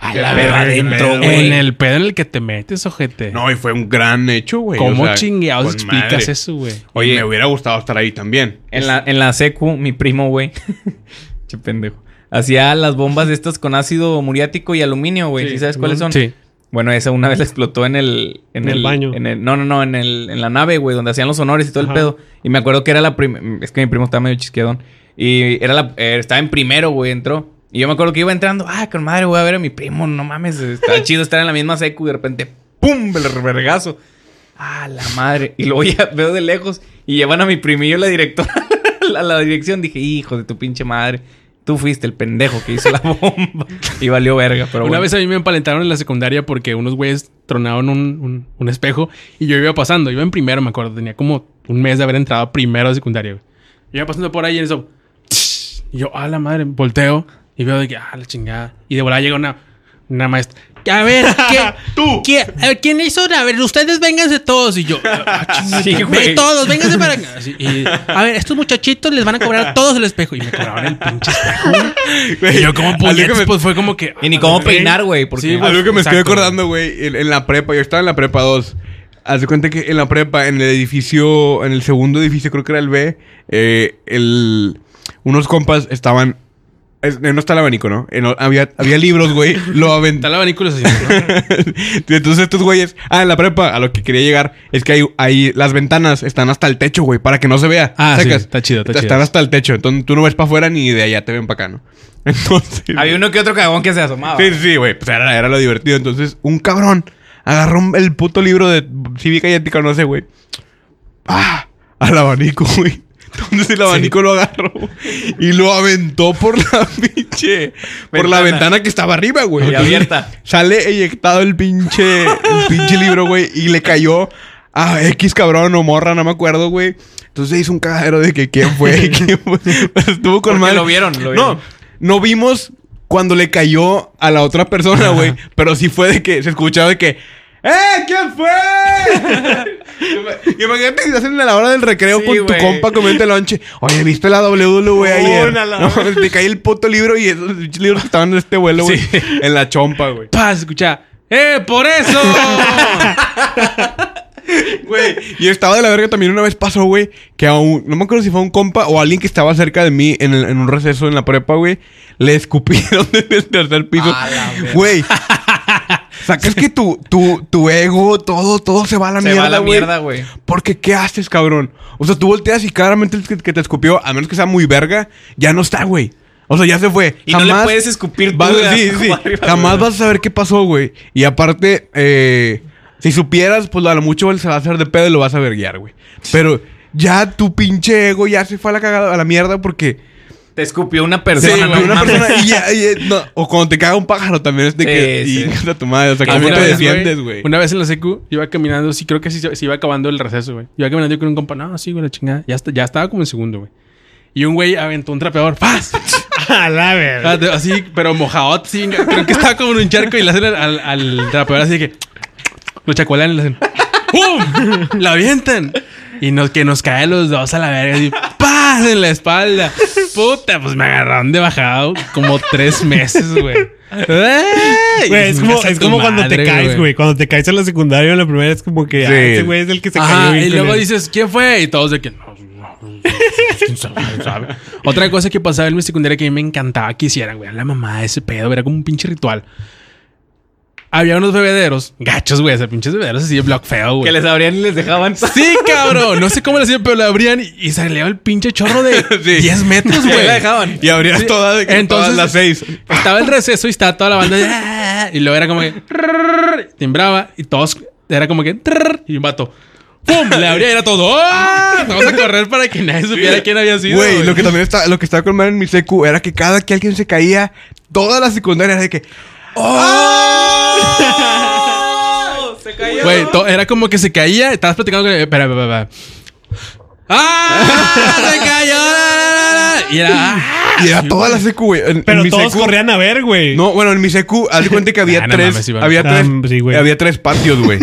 S3: A la verga adentro,
S1: En
S3: güey.
S1: el pedo en el que te metes, ojete.
S2: No, y fue un gran hecho, güey.
S1: ¿Cómo
S2: o sea,
S1: chingados
S2: con
S1: explicas
S2: madre.
S1: eso, güey?
S2: Oye, me hubiera gustado estar ahí también.
S3: En la, en la secu, mi primo, güey. che pendejo. Hacía las bombas estas con ácido muriático y aluminio, güey.
S1: Sí.
S3: ¿Sí sabes cuáles son?
S1: Sí.
S3: Bueno, esa una vez la explotó en el...
S4: En
S3: En,
S4: el baño.
S3: en el- no, no, no. En, el, en la nave, güey. Donde hacían los honores y todo
S4: Ajá.
S3: el pedo. Y me acuerdo que era la primera... Es que mi primo estaba medio chisqueadón. Y era la, eh, estaba en primero, güey. Entró. Y yo me acuerdo que iba entrando. Ah, con madre, voy a ver a mi primo. No mames. Está chido estar en la misma secu. Y de repente... ¡Pum! El revergazo. Ah, la madre. Y luego ya veo de lejos y llevan a mi primillo la directora a la dirección. Dije, hijo de tu pinche madre. Tú fuiste el pendejo que hizo la bomba. Y valió verga, pero
S1: Una
S3: bueno.
S1: vez a mí me empalentaron en la secundaria porque unos güeyes tronaron un, un- un espejo y yo iba pasando. Iba en primero, me acuerdo. Tenía como un mes de haber entrado a primero de secundaria. güey. Iba pasando por ahí y en eso. Y yo, a la madre, volteo y veo de que, ah, la chingada. Y de volada llega una, una maestra. A ver, ¿qué?
S2: ¡Tú!
S1: ¿Qué? A ver, ¿Quién hizo? A ver, ustedes vénganse todos. Y yo, ah, chinga,
S3: Sí,
S1: ve
S3: güey.
S1: todos, vénganse para acá. Así, y, a ver, estos muchachitos les van a cobrar a todos el espejo. Y me cobraron el pinche espejo. Y yo, como
S2: Algo que
S1: puñetes,
S2: me-
S1: pues fue como que.
S3: Y ni cómo peinar, güey. Porque
S1: Sí, güey.
S2: Algo que me estoy
S1: Exacto.
S2: acordando, güey, en, en la prepa, yo estaba en la prepa 2. Haz de cuenta que en la prepa, en el edificio, en el segundo edificio, creo que era el B, eh, el, unos compas estaban. es- eh, no está el abanico, ¿no? Eh, no, había, había libros, güey. Lo
S1: Está
S2: aventaron.
S1: el abanico y los asesinos, ¿no?
S2: Entonces estos güeyes. Ah, en la prepa, a lo que quería llegar es que hay, hay- las ventanas están hasta el techo, güey, para que no se vea.
S1: Ah, sí,
S2: ¿Sacas?
S1: está chido, está
S2: Están
S1: chido.
S2: hasta el techo. Entonces tú no ves para afuera ni de allá te ven para acá, ¿no? Entonces.
S3: Había uno que otro cagón que se asomaba.
S2: Sí, sí, güey. Pues era, era lo divertido. Entonces, un cabrón agarró un- el puto libro de cívica y ética, no sé, güey. ¡Ah! Al abanico, güey. Entonces el abanico lo agarró y lo aventó por la pinche. Por la
S3: Ventana.
S2: ventana que estaba arriba, güey.
S3: Y
S2: Entonces,
S3: abierta.
S2: Sale eyectado el pinche. El pinche libro, güey. Y le cayó a X cabrón o morra, no me acuerdo, güey. Entonces hizo un cagadero de que quién fue, quién fue. Estuvo con
S3: Porque
S2: madre.
S3: lo vieron, lo vieron.
S2: No, no vimos cuando le cayó a la otra persona, güey. Pero sí fue de que se escuchaba de que. ¡Eh! ¿Quién fue? Imagínate que hacen a la hora del recreo
S3: Sí,
S2: con tu
S3: güey.
S2: compa comiendo el lonche. Oye, ¿viste la WWE ayer?
S3: Una, la
S2: No, te caí el puto libro y esos libros que estaban en este vuelo, güey. En la chompa, güey.
S1: Paz, escucha. ¡Eh, por eso!
S2: Güey, y estaba de la verga también una vez pasó, güey, que a un, no me acuerdo si fue un compa o alguien que estaba cerca de mí en, el- en un receso en la prepa, güey, le escupieron desde el tercer piso.
S3: A la verga.
S2: Güey, sacas que tu, tu, tu ego, todo, todo se va a la
S3: Se
S2: mierda,
S3: va a la
S2: güey.
S3: mierda, güey.
S2: Porque, ¿qué haces, cabrón? O sea, tú volteas y claramente el que, que te escupió, a menos que sea muy verga, ya no está, güey. O sea, ya se fue.
S3: Y no le puedes escupir tú,
S2: vas-
S3: güey,
S2: sí,
S3: como
S2: sí.
S3: arriba,
S2: Jamás
S3: güey.
S2: vas a saber qué pasó, güey. Y aparte, eh, si supieras, pues a lo mucho él se va a hacer de pedo y lo vas a verguiar, güey. Pero ya tu pinche ego ya se fue a la cagada, a la mierda porque...
S3: Te escupió una
S2: Sí,
S3: persona,
S2: güey,
S3: no
S2: una
S3: mames.
S2: persona y ya- y ya- no, o cuando te caga un pájaro también es de
S3: Sí,
S2: que
S3: sí.
S2: y a tu madre, o sea,
S3: Que
S2: ¿cómo
S3: una
S2: te
S3: vez, güey,
S2: defiendes, güey?
S1: Una vez en la secu, yo iba caminando, sí, creo que sí, se se iba acabando el receso, güey. Yo iba caminando yo con un compa, no, sí, güey, la chingada. Ya, está- ya estaba como en segundo, güey. Y un güey aventó un trapeador, ¡faz!
S4: A la verga.
S1: Ah, de- Así, pero mojado, sí, venga. creo que estaba como en un charco y le hacen al, al, al trapeador así que lo chacolean y le hacen ¡Pum! ¡La avientan! Y nos, que nos caen los dos a la verga así ¡Paz! en la espalda. Puta, pues me agarraron de bajado como tres meses, güey. Ay,
S4: Güey, es como,
S1: chingas a
S4: es
S1: tu
S4: como cuando te
S1: madre,
S4: caes, güey. Cuando te caes en la secundaria o en la primera es como que ah,
S2: Sí.
S4: ese güey es el que se cayó.
S1: Ajá,
S4: bien
S1: y luego
S4: culero.
S1: dices, ¿quién fue? Y todos de que, no, no, no, quién sabe, quién sabe. Otra cosa que pasaba en mi secundaria que a mí me encantaba que hicieran, güey, era la mamá de ese pedo, era como un pinche ritual. Había unos bebederos, gachos, güey, esos pinches bebederos así de block feo, güey.
S3: Que les abrían y les dejaban.
S1: Sí, cabrón, no sé cómo lo hacían, pero lo abrían y, y salía el pinche chorro de
S2: Sí.
S1: 10 metros,
S3: Ahí
S1: güey.
S3: la dejaban.
S2: Y abrías todas, de que todas
S1: Entonces-
S2: las seis.
S1: Estaba el receso y estaba toda la banda. "Ah", Y luego era como que. "Trrr", Timbraba y todos. Era como que. "Trrr", Y un vato. ¡Pum! Le abría y era todo. "Ah", Vamos a correr para que nadie supiera quién había sido.
S2: Güey,
S1: güey.
S2: lo que también está, lo que estaba con madre en mi secu era que cada que alguien se caía, toda la secundaria era de que. "¡Oh!"
S3: Se cayó.
S1: Güey, to- era como que se caía. Estabas platicando con. Espera, espera, espera. ¡Ah! ¡Se cayó! la, la, la, la! Y era. "Ah".
S2: Y era toda la secu, güey. En- en
S4: Pero
S2: mi
S4: todos
S2: secu-
S4: corrían a ver, güey.
S2: No, bueno, en mi secu, haz de cuenta que había
S1: Ah, no
S2: tres.
S1: mames, Iván.
S2: había,
S4: Ah,
S2: tres
S4: sí, güey.
S2: había tres patios, güey.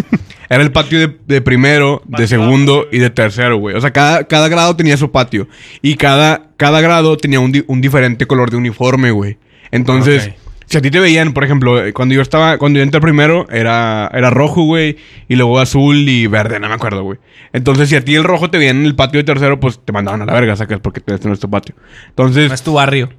S2: Era el patio de, de primero, de segundo y de tercero, güey. O sea, cada, cada grado tenía su patio. Y cada, cada grado tenía un, di- un diferente color de uniforme, güey. Entonces,
S1: Ok.
S2: si a ti te veían, por ejemplo, eh, cuando yo estaba, cuando yo entré primero, era, era rojo, güey. Y luego azul y verde, no me acuerdo, güey. Entonces, si a ti el rojo te veían en el patio de tercero, pues te mandaban a la verga, sacas, porque este no es tu patio. Entonces,
S3: No es tu barrio.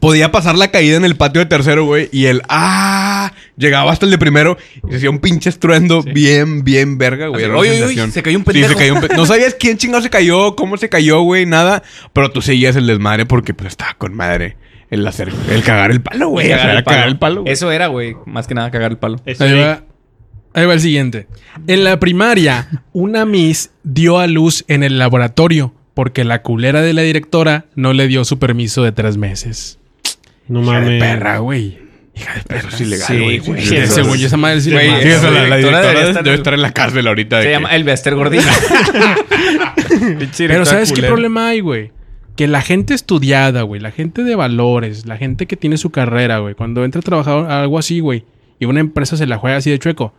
S2: Podía pasar la caída en el patio de tercero, güey, y el ¡ah! llegaba hasta el de primero y se hacía un pinche estruendo bien, bien verga, güey.
S3: Así,
S2: Era una
S3: "Oy, oy, oy,
S2: sensación".
S3: se cayó un
S2: Sí,
S3: pendejo.
S2: se cayó un pe- no sabías quién chingado se cayó, cómo se cayó, güey, nada, pero tú seguías el desmadre porque pues estaba con madre el hacer, el cagar el palo, güey. o sea, era cagar el palo. güey.
S3: Eso era, güey. Más que nada cagar el palo.
S4: Eso
S1: Ahí
S4: sí.
S1: va. Ahí va el siguiente. En la primaria, una Miss dio a luz en el laboratorio porque la culera de la directora no le dio su permiso de tres meses.
S4: No
S1: Hija de
S4: mames.
S1: perra, güey. Hija de
S2: Eso
S1: perra.
S2: es ilegal,
S3: Sí,
S2: güey.
S3: güey.
S2: Sí,
S1: Que
S3: eso
S1: según
S3: es-
S1: yo, esa madre sí le
S3: Güey,
S1: manda.
S2: Sí, o sea, la, la
S3: La directora
S2: directora
S3: debería
S2: debe-
S3: estar-
S2: debe estar en la cárcel ahorita. de
S3: Se
S2: que-
S3: llama El Bester Gordillo.
S1: Pero ¿sabes qué problema hay, güey? Que la gente estudiada, güey, la gente de valores, la gente que tiene su carrera, güey, cuando entra a trabajar a algo así, güey, y una empresa se la juega así de chueco,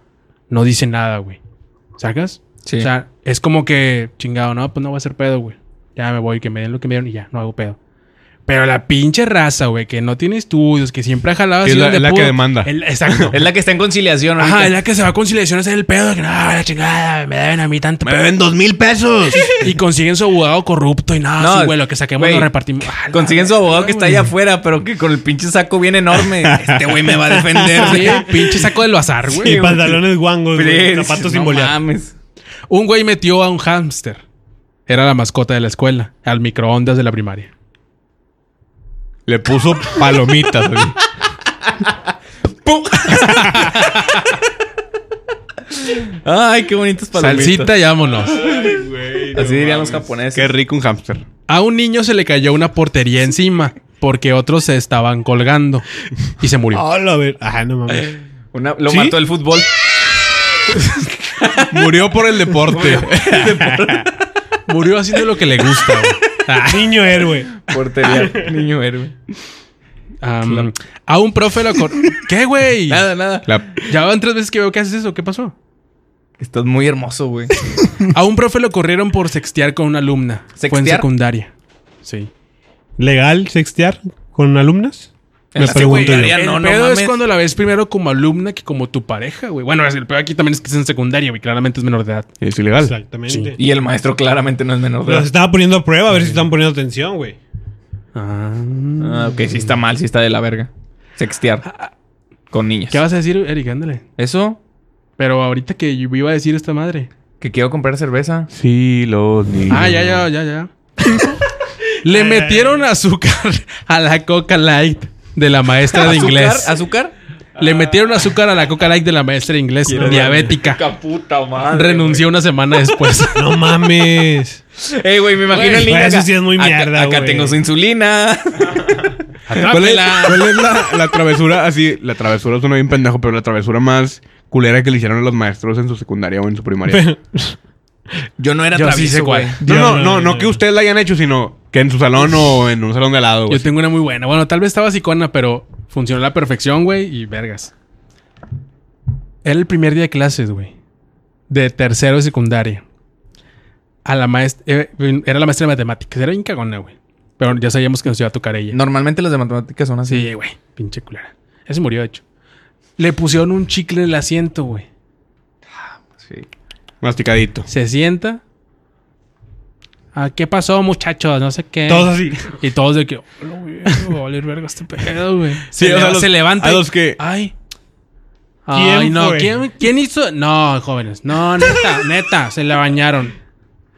S1: no dice nada, güey. ¿Sacas?
S3: Sí.
S1: O sea, es como que chingado, no, pues no va a ser pedo, güey. Ya me voy, que me den lo que me dieron y ya, no hago pedo. Pero la pinche raza, güey, que no tiene estudios, que siempre ha jalado
S2: Es
S1: así
S2: la-
S1: donde
S2: es la que
S1: pudo.
S2: demanda.
S1: El- exacto.
S3: Es la que está en conciliación. ahorita.
S1: Ajá, es la que se va a conciliaciones en el pedo, que no, la chingada, me deben a mí tanto.
S2: Me deben dos mil pesos.
S1: Y consiguen su abogado corrupto y nada,
S3: No,
S1: ah, sí, güey, lo que saquemos
S3: güey,
S1: lo repartimos. Ah, la
S3: Consiguen su
S1: verga,
S3: abogado que está
S1: güey.
S3: allá afuera, pero que con el pinche saco bien enorme. Este güey me va a defender.
S1: Sí, pinche saco del bazar, güey.
S4: Y pantalones guangos, güey.
S3: Pues,
S4: Zapatos sin
S3: no
S4: bolear.
S3: mames.
S1: Un güey metió a un hámster. Era la mascota de la escuela, al microondas de la primaria.
S2: Le puso palomitas, güey.
S3: Ay, qué bonitos palomitas.
S1: Salsita y vámonos.
S3: Así dirían los japoneses.
S2: Qué rico un hámster.
S1: A un niño se le cayó una portería encima porque otros se estaban colgando y se murió.
S4: Hola, a ver. Ah, no mames.
S3: Una- lo
S2: ¿Sí?
S3: mató el fútbol.
S2: Murió por el deporte.
S1: Murió haciendo lo que le gusta. güey. Ah,
S4: Niño héroe.
S3: Portería. Niño héroe.
S1: um, a un profe lo cor- ¿Qué, güey?
S3: Nada, nada.
S2: La-
S1: Ya van tres veces que veo que haces eso. ¿Qué pasó?
S3: Estás muy hermoso, güey.
S1: A un profe lo corrieron por sextear con una alumna. Fue en
S3: ¿Sextear?
S1: secundaria. Sí.
S4: ¿Legal sextear con alumnas? Me pregunto yo.
S3: secundaria, no,
S1: el
S3: no
S1: pedo es
S3: mames.
S1: cuando la ves primero como alumna que como tu pareja, güey. Bueno, es- el pedo aquí también es que es en secundaria, güey. Claramente es menor de edad.
S2: Es ilegal.
S4: Exactamente.
S3: Y el maestro claramente no es menor de
S4: Los
S3: edad.
S4: estaba poniendo a prueba a ver si están poniendo atención, güey.
S3: Ah, ok, sí está mal, sí está de la verga. Sextear. Con niñas.
S1: ¿Qué vas a decir, Eric? Ándale.
S3: Eso,
S1: Pero ahorita que yo iba a decir esta madre.
S3: que quiero comprar cerveza.
S2: Sí, los niños.
S1: Ah, ya, ya, ya, ya. Le metieron azúcar a la Coca Light de la maestra de inglés.
S3: ¿Azúcar?
S1: Le metieron azúcar a la Coca Light de la maestra de inglés diabética.
S3: Puta madre.
S1: Renunció una semana después.
S4: No mames.
S3: Ey, güey, me imagino
S4: Güey,
S3: el niño.
S4: eso
S3: acá,
S4: sí es muy
S3: acá-
S4: mierda,
S3: Acá,
S4: güey.
S3: tengo su insulina. Ah,
S2: ¿Cuál es,
S3: Atrápela.
S2: cuál es la, la travesura? Así, la travesura suena bien pendejo, pero la travesura más culera que le hicieron a los maestros en su secundaria o en su primaria.
S3: Yo no era
S1: Yo sí
S3: travieso,
S1: sé cuál.
S3: güey.
S2: No, no,
S4: Dios, no,
S2: no, no que ustedes la hayan hecho, sino que en su salón o en un salón de al lado,
S4: Pues
S2: güey.
S1: Yo tengo una muy buena. Bueno, tal vez estaba psicona, pero funcionó a la perfección, güey, y vergas. Era el primer día de clases, güey. De tercero de secundaria. A la maestra. Era la maestra de matemáticas. Era bien cagona, güey. Pero ya sabíamos que nos iba a tocar ella.
S3: Normalmente los de matemáticas son así.
S1: Sí, güey. Pinche culera. Ese murió, de hecho. Le pusieron un chicle en el asiento, güey.
S3: Sí.
S2: Masticadito.
S1: Se sienta. Ah, ¿Qué pasó, muchachos? No sé qué.
S4: Todos así.
S1: Y todos de que, "Hola, güey, me va a valer verga este pedo, güey. se,
S2: Sí, o
S1: leva-
S2: sea, los-
S1: se levanta.
S2: a
S1: y-
S2: los que-
S1: Ay.
S4: ¿Quién
S1: Ay, no.
S4: fue?
S1: ¿quién, quién hizo? No, jóvenes. No, neta, neta. Se la bañaron.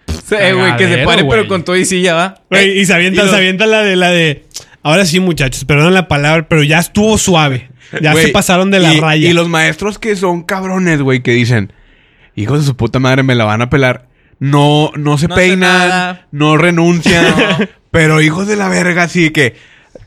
S3: Sí, güey, que se
S1: Cagadero,
S3: pare, pero
S1: güey.
S3: con todo y silla, va.
S4: Güey, y se avienta,
S3: y los-
S4: se avienta la de la de. Ahora sí, muchachos, perdón la palabra, pero ya estuvo suave. Ya se
S2: Güey,
S4: pasaron de la
S2: y-
S4: raya.
S2: Y los maestros que son cabrones, güey, que dicen, hijos de su puta madre, me la van a pelar. No, no se
S3: No hace
S2: peinan,
S3: nada.
S2: no renuncian, pero hijos de la verga, así que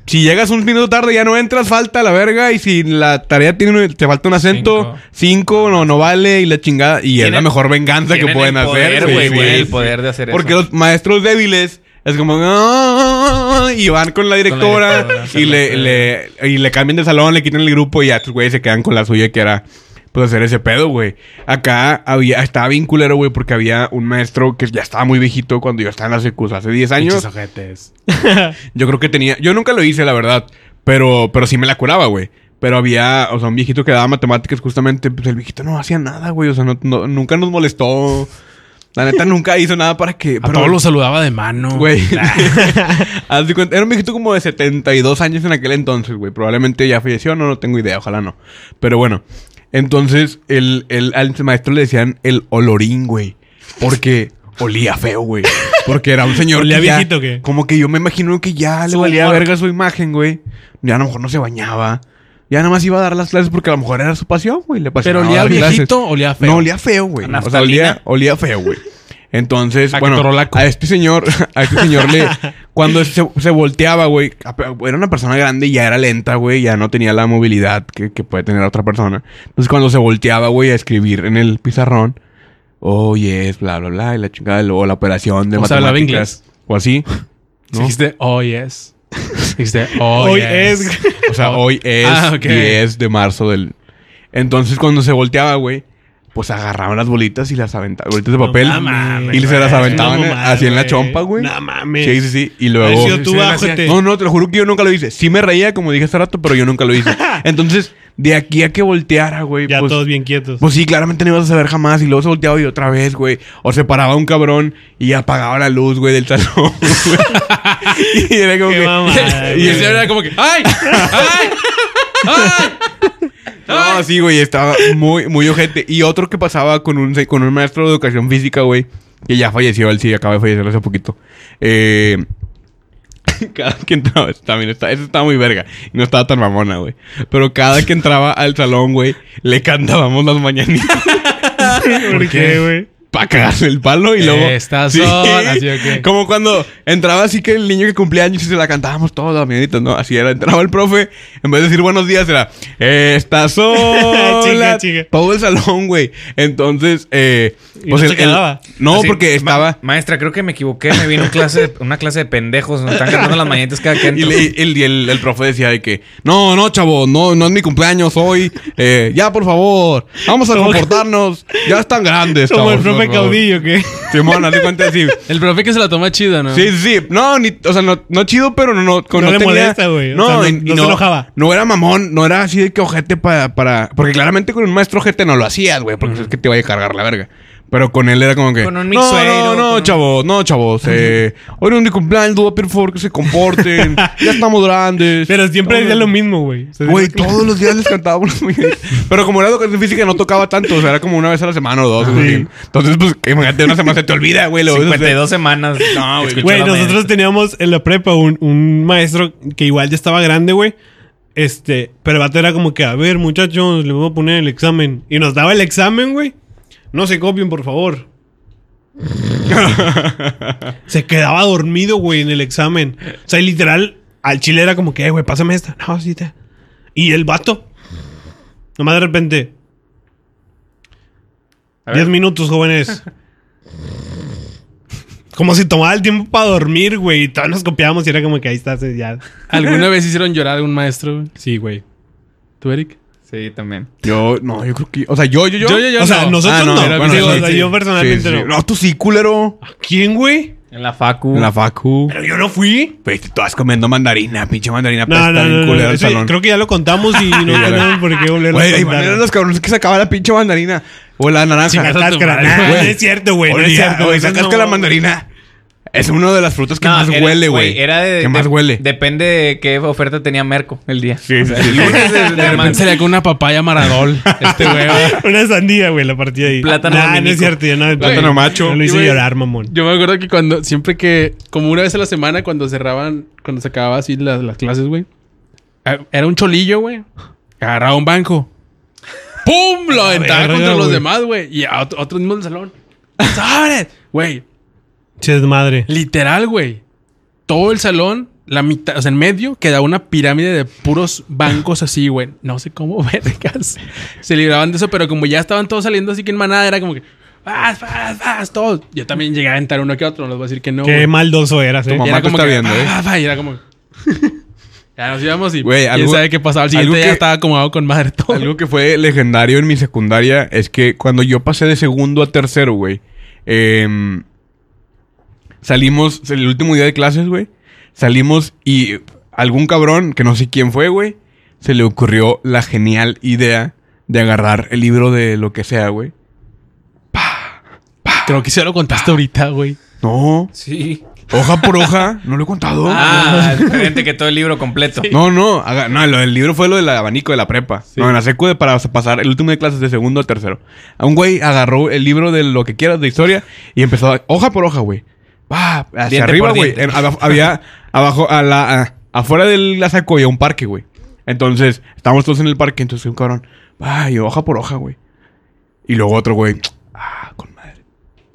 S2: si llegas un minuto tarde ya no entras, falta la verga, y si la tarea tiene, un- te falta un acento, cinco, no, no vale, y la chingada, y es
S3: Tienen-
S2: la mejor venganza que
S3: tienen
S2: pueden
S3: el poder,
S2: hacer,
S3: güey,
S2: sí,
S3: güey, el
S2: sí.
S3: poder de hacer
S2: Porque
S3: eso.
S2: los maestros débiles es como "Ah", y van con la directora,
S3: directora,
S2: y le, le- y le cambian de salón, le quitan el grupo y ya tus güeyes se quedan con la suya que era pues hacer ese pedo, güey. Acá había estaba bien culero, güey, porque había un maestro que ya estaba muy viejito cuando yo estaba en la secu, o sea, hace 10
S1: Pinches
S2: años.
S1: ojetes.
S2: Yo creo que tenía, yo nunca lo hice, la verdad, pero pero sí me la curaba, güey. Pero había, o sea, un viejito que daba matemáticas justamente, pues el viejito no hacía nada, güey, o sea, no- no- nunca nos molestó. La neta nunca hizo nada para que
S1: A
S2: pero-
S1: todos los saludaba de mano.
S2: Güey. Haz de cuenta, Era un viejito como de 72 años en aquel entonces, güey. Probablemente ya falleció, no, no tengo idea, ojalá no. Pero bueno, entonces el, el, al maestro le decían el olorín, güey. Porque olía feo, güey. Porque era un señor
S4: ¿Olía
S2: que ya-
S4: viejito o qué?
S2: Como que yo me imagino que ya le
S3: Su
S2: valía
S3: humor.
S2: verga su imagen, güey. Ya a lo mejor no se bañaba. Ya nada más iba a dar las clases porque a lo mejor era su pasión, güey. Le
S1: Pero
S2: apasionaba
S1: olía
S2: dar clases.
S1: viejito, olía feo.
S2: No, olía feo, güey.
S3: ¿A
S2: O sea, olía,
S3: naftalina?
S2: olía feo, güey. Entonces,
S1: A
S2: bueno,
S1: ketorolaco.
S2: a este señor, a este señor le, cuando se, se volteaba, güey, ap- era una persona grande y ya era lenta, güey, ya no tenía la movilidad que, que puede tener otra persona. Entonces, cuando se volteaba, güey, a escribir en el pizarrón, oye, es bla, bla, bla, y la chingada, y luego la operación de
S1: O sea,
S2: matemáticas.
S1: hablaba
S2: O así. ¿no?
S1: Dijiste, oh, yes. Dijiste, oh,
S4: Hoy
S1: yes.
S4: es.
S2: O sea, hoy es
S1: Ah, ok.
S2: 10 de marzo del... Entonces, cuando se volteaba, güey, pues agarraban las bolitas y las aventaban, bolitas de papel.
S4: mames,
S2: y se las
S4: güey.
S2: aventaban
S4: No mames,
S2: así en la
S4: güey.
S2: chompa, güey.
S4: No mames.
S2: Sí, sí, sí. Y
S4: Ha
S2: luego...
S4: sido tú,
S1: Sí,
S4: bájate.
S2: No, no, te lo juro que yo nunca lo hice. Sí me reía, como dije hace rato, pero yo nunca lo hice. Entonces, de aquí a que volteara, güey,
S4: Ya
S2: pues...
S4: todos bien quietos.
S2: Pues sí, claramente no ibas a saber jamás. Y luego se volteaba y otra vez, güey. O se paraba un cabrón y apagaba la luz, güey, del salón. güey. y era como
S4: Qué
S2: que...
S4: mamada,
S1: Y
S4: güey.
S1: el señor era como que, ¡ay! ¡ay!
S2: No, sí, güey, estaba muy, muy ojete. Y otro que pasaba con un, se- con un maestro de educación física, güey, que ya falleció, él sí acaba de fallecer hace poquito. Eh, cada que entraba, también está, eso estaba muy verga. No estaba tan mamona, güey. Pero cada que entraba al salón, güey, le cantábamos las mañanitas
S4: ¿Por qué, güey?
S2: para cagarse el palo y luego.
S1: Estas son, así, ok.
S2: Como cuando entraba así que el niño que cumplía años y se la cantábamos todas las mañanitas, ¿no? Así era. Entraba el profe, en vez de decir buenos días, era. Estas son.
S4: Chinga,
S2: las-".
S4: chinga.
S2: Todo el salón, güey. Entonces, eh,
S4: Y no
S2: Pues el-
S4: se
S2: el-
S4: quedaba.
S2: no,
S3: Así,
S2: porque
S3: ma-
S2: estaba.
S3: maestra, creo que me equivoqué. Me vino clase de- una clase de pendejos. Nos están cantando las mañanitas cada que
S2: Y
S3: entro.
S2: le- el, y el- el profe decía de que, no, no, chavo, no, no es mi cumpleaños hoy. Eh, ya, por favor, vamos a comportarnos. Ya están grandes,
S4: Como el
S2: chavos,
S4: profe
S2: por favor".
S4: caudillo que...
S2: Simón, haz de cuenta así.
S1: El profe que se la toma chida, ¿no?
S2: Sí, sí, sí. No, ni- o sea, no, no chido, pero no, no, con-
S4: No le molesta, güey. O
S2: No,
S4: sea, no-
S2: y-
S4: no
S2: y
S4: se enojaba.
S2: No era mamón, no era así de que ojete para, para. Porque claramente con un maestro ojete no lo hacías, güey, porque es que te vaya a cargar la verga. Pero con él era como que.
S3: Con un
S2: No, no,
S3: mixuero,
S2: no,
S3: con un-
S2: chavos, no, chavos. Eh, hoy es mi cumpleaños, duda, por favor, que se comporten. ya estamos grandes.
S4: Pero siempre
S2: Todo-
S4: decía lo mismo, güey. O sea,
S2: Güey,
S4: siempre-
S2: todos los días les cantaba unas muñecas. Pero como era educación física, no tocaba tanto. O sea, era como una vez a la semana o dos. güey. Entonces, pues, imagínate, una semana se te olvida, güey. lo ves, o sea,
S3: 52 semanas. No, güey.
S4: Güey,
S3: escuchando
S4: nosotros teníamos en la prepa un, un maestro que igual ya estaba grande, güey. Este, pero el vato era como que, a ver, muchachos, le voy a poner el examen. Y nos daba el examen, güey. No se copien, por favor. se quedaba dormido, güey, en el examen. O sea, literal, al chile era como que, "Eh, güey, pásame esta. No, sí, te. Y el vato. Nomás de repente.
S3: A ver.
S4: Diez minutos, jóvenes. Como si tomaba el tiempo para dormir, güey. Y todos nos copiábamos y era como que ahí estás, eh, ya.
S1: ¿Alguna vez hicieron llorar a un maestro? güey?
S4: Sí, güey.
S1: ¿Tú, Eric?
S3: Sí, también.
S2: Yo, no, yo creo que. O sea, yo, yo, yo.
S1: Yo, yo, yo.
S4: O sea,
S1: no.
S4: nosotros
S2: Ah,
S4: no.
S2: era-
S1: bueno,
S4: Digo,
S1: sí,
S4: o sea,
S1: sí.
S4: yo personalmente
S2: Sí, sí.
S4: no.
S2: No, tú sí, culero.
S4: ¿Quién, güey?
S3: En la facu.
S2: En la facu.
S4: Pero yo no fui.
S2: Güey, tú estás comiendo mandarina, pinche mandarina.
S4: No,
S2: pesta,
S4: no,
S2: bien
S4: no. no,
S2: culera el
S4: eso
S2: salón.
S4: creo que ya lo contamos y no
S2: ya lo-
S4: tenemos por qué volverlo
S2: Güey,
S4: a
S2: imagínate
S4: contar.
S2: los cabrones que sacaba la pinche mandarina. O la
S4: La
S2: naranja.
S4: cáscara,
S1: madre,
S4: nah,
S2: güey.
S4: No es cierto, güey. No es
S2: Olía,
S4: cierto.
S2: Güey,
S4: esas
S2: sacaste
S4: no.
S2: la mandarina. Es una de las frutas que
S3: No,
S2: más
S3: era-
S2: huele, güey.
S3: Era de.
S2: Que más
S3: de-
S2: huele.
S3: Depende de qué oferta tenía Merco el día.
S2: Sí, sí, sí.
S3: lunes de- de-
S1: De repente salía con una papaya maradol. Este güey.
S4: Una sandía, güey, la partida ahí.
S3: Plátano
S4: Nah, no
S3: dominico.
S4: es cierto. Yo no,
S2: Plátano
S4: güey,
S2: macho.
S4: no lo hice
S1: Güey.
S4: llorar, mamón.
S1: Yo me acuerdo que cuando, siempre que, como una vez a la semana, cuando cerraban, cuando se acababa así las, las clases, güey, ah, era un cholillo, güey. Agarraba un banco. ¡Pum! Lo aventaba
S4: verga,
S1: contra los
S4: güey.
S1: demás, güey. Y a otro, otro mismo del salón. ¡Sabes! Güey,
S4: Che, madre.
S1: literal, güey. Todo el salón, la mitad, o sea, en medio, quedaba una pirámide de puros bancos así, güey. No sé cómo, vergas. Se libraban de eso, pero como ya estaban todos saliendo así que en manada, era como que. ¡Vas, vas, vas! Todos. Yo también llegué a entrar uno que otro, no les voy a decir que no.
S4: Qué
S1: güey.
S4: maldoso eras, eh.
S2: Toma.
S1: Y
S2: Mamá
S1: era
S2: te
S1: como
S2: está
S1: que,
S2: viendo,
S1: "Va,
S2: ¿eh?"
S1: va, va", y era como. ya nos íbamos y.
S2: Güey,
S1: quién
S2: algo-
S1: sabe qué pasaba. Al siguiente
S2: algo
S1: día
S2: que-
S1: estaba acomodado con madre todo.
S2: Algo que fue legendario en mi secundaria es que cuando yo pasé de segundo a tercero, güey, em, salimos, el último día de clases, güey, salimos y algún cabrón, que no sé quién fue, güey, se le ocurrió la genial idea de agarrar el libro de lo que sea, güey.
S1: Creo que se lo contaste ahorita, güey.
S2: No,
S3: Sí.
S2: hoja por hoja, no lo he contado.
S3: Ah, diferente que todo el libro completo.
S2: No, no, haga- no, lo del libro fue lo del abanico de la prepa. No, en la secu de para pasar el último de clases de segundo a tercero. A un güey agarró el libro de lo que quieras de historia y empezó a- hoja por hoja, güey. Va, hacia
S3: Diente
S2: arriba,
S3: por
S2: güey.
S3: diente.
S2: En- aba- Había abajo, a la, a- afuera de la secu había un parque, güey. Entonces, estábamos todos en el parque, entonces un cabrón, va, y hoja por hoja, güey. Y luego otro, güey, ah, con madre.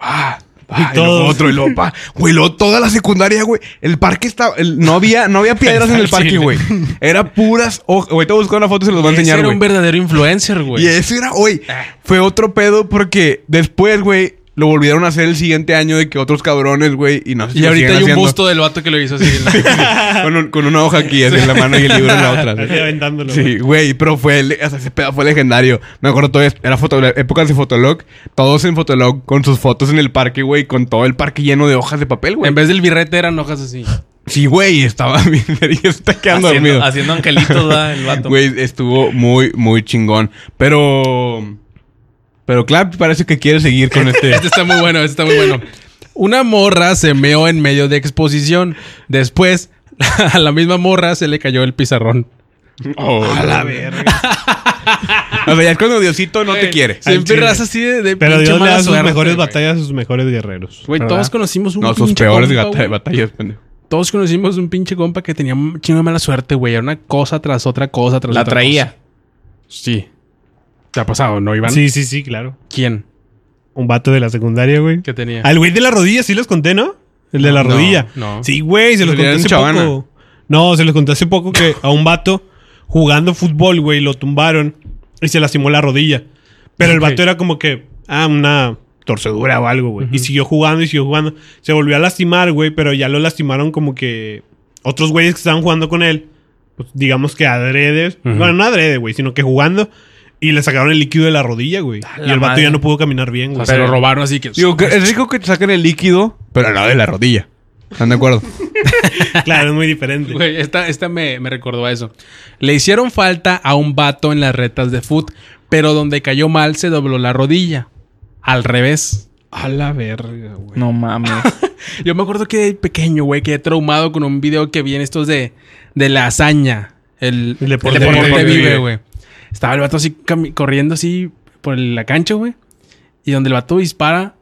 S2: Va, va, y, luego
S4: todos.
S2: otro, y luego, va. Güey, luego toda la secundaria, güey. El parque estaba, el- no había, no había piedras en el parque, güey. Era puras hojas. Güey, te voy a buscar una foto y se los voy a
S1: Ese
S2: enseñar,
S1: era un
S2: güey.
S1: verdadero influencer,
S2: Y
S1: güey. Ah.
S2: eso era, güey. Fue otro pedo porque después, güey, lo volvieron a hacer el siguiente año de que otros cabrones, güey, y no sé si
S1: Y
S2: lo
S1: ahorita
S2: siguen
S1: hay un
S2: haciendo.
S1: busto del vato que lo hizo así. en la-
S2: con, un- con una hoja aquí, así en la mano y el libro en la otra.
S4: Así aventándolo,
S2: Sí, güey, pero fue, le- o sea, ese pedo fue legendario. Me acuerdo todo, era foto, épocas de Fotolog, todos en Fotolog con sus fotos en el parque, güey, con todo el parque lleno de hojas de papel, güey.
S1: En vez del birrete eran hojas así.
S2: Sí, güey, estaba bien, y está quedando
S3: Haciendo,
S2: dormido.
S3: haciendo angelitos, ¿verdad? El vato.
S2: Güey, estuvo muy, muy chingón. Pero. Pero claro, parece que quiere seguir con este.
S1: Este está muy bueno, este está muy bueno. Una morra se meó en medio de exposición. Después, a la misma morra se le cayó el pizarrón.
S2: Oh,
S4: A la
S2: no.
S4: verga.
S2: O sea, ya es cuando Diosito no te quiere.
S1: Siempre
S4: chile.
S1: raza así de, de
S4: Pero
S1: pinche
S4: Dios le
S1: mala
S4: da sus
S1: suerte,
S4: mejores
S1: güey.
S4: batallas a sus mejores guerreros.
S1: Güey,
S4: ¿verdad?
S1: todos conocimos un
S2: No, sus
S1: pinche
S2: peores
S1: compa,
S2: gata-
S1: güey.
S2: batallas, pendejo.
S1: Todos conocimos un pinche compa que tenía un chingo de mala suerte, güey. Era una cosa tras otra cosa tras
S3: La
S1: otra
S3: traía.
S1: cosa. Sí. ¿Te ha pasado, no, Iván?
S4: Sí, sí, sí, claro.
S1: ¿Quién?
S4: Un vato de la secundaria, güey.
S1: ¿Qué tenía?
S4: Al güey de la rodilla, sí los conté, ¿no? El de la
S1: No,
S4: rodilla.
S1: no.
S4: Sí, güey, se los
S2: Sería
S4: conté
S2: en
S4: hace
S2: Chavana.
S4: poco. No, se los conté hace poco que a un vato jugando fútbol, güey, lo tumbaron y se lastimó la rodilla. Pero el
S1: Ok.
S4: vato era como que, ah, una torcedura o algo, güey. Y siguió jugando y siguió jugando. Se volvió a lastimar, güey, pero ya lo lastimaron como que otros güeyes que estaban jugando con él, pues digamos que adredes.
S1: Ujú.
S4: Bueno, no adrede, güey, sino que jugando. Y le sacaron el líquido de la rodilla, güey.
S3: la
S4: Y el vato
S3: madre.
S4: ya no pudo caminar bien, güey.
S1: O sea, se lo robaron así que...
S2: Digo, que es rico que te saquen el líquido, pero no de la rodilla. ¿Están de acuerdo?
S4: claro, es muy diferente.
S1: Güey, esta esta me, me recordó a eso. Le hicieron falta a un vato en las retas de foot, pero donde cayó mal se dobló la rodilla. Al revés. A la verga, güey.
S3: No mames.
S1: Yo me acuerdo que de pequeño, güey, quedé traumado con un video que vi en estos de, de la hazaña. El,
S4: El deporte
S1: el
S2: vive.
S1: vive, güey. Estaba el vato así cami- corriendo así por la cancha, güey. Y donde el vato dispara.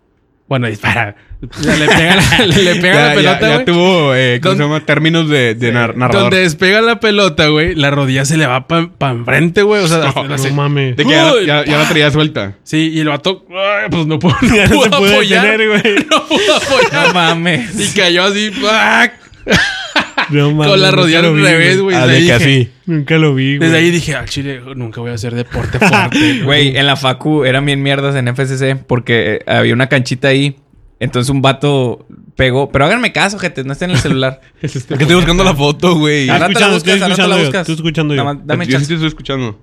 S1: Bueno, dispara. O sea, le pega la, le pega la pelota,
S2: ya
S1: güey.
S2: tuvo, eh, ¿cómo
S1: Don-
S2: se llama? Términos de, de nar- narrador.
S1: Donde despega la pelota, güey, la rodilla se le va para enfrente, güey. O sea, hasta la
S4: No
S1: se-
S4: mames.
S2: De que ya,
S1: Uy,
S2: ya- ya la traía suelta.
S1: sí, y el vato, ay, pues no pudo, no
S4: Ya no
S1: pudo
S4: se puede
S1: apoyar.
S4: detener, güey.
S1: No pudo
S3: No
S1: apoyar.
S3: mames.
S1: y cayó así, ¡pac!
S4: No mames,
S1: con la
S4: nunca
S1: rodilla
S4: lo
S1: al
S4: vi,
S1: revés, güey. Desde, ahí dije-
S4: Nunca lo vi, güey.
S1: desde ahí dije, al chile, nunca voy a hacer deporte fuerte.
S3: Güey, en la facu eran bien mierdas en FCC porque eh, había una canchita ahí. Entonces un vato pegó. Pero háganme caso, gente, no está en el celular.
S4: este
S2: Es que estoy buscando la foto, güey.
S4: Ah,
S3: Ahora te
S4: escuchando,
S3: la buscas,
S4: estoy
S3: ahora te la
S4: escuchando yo,
S3: buscas.
S4: estoy escuchando yo.
S3: Nada más, Dame
S2: yo sí
S3: chance.
S2: te estoy escuchando.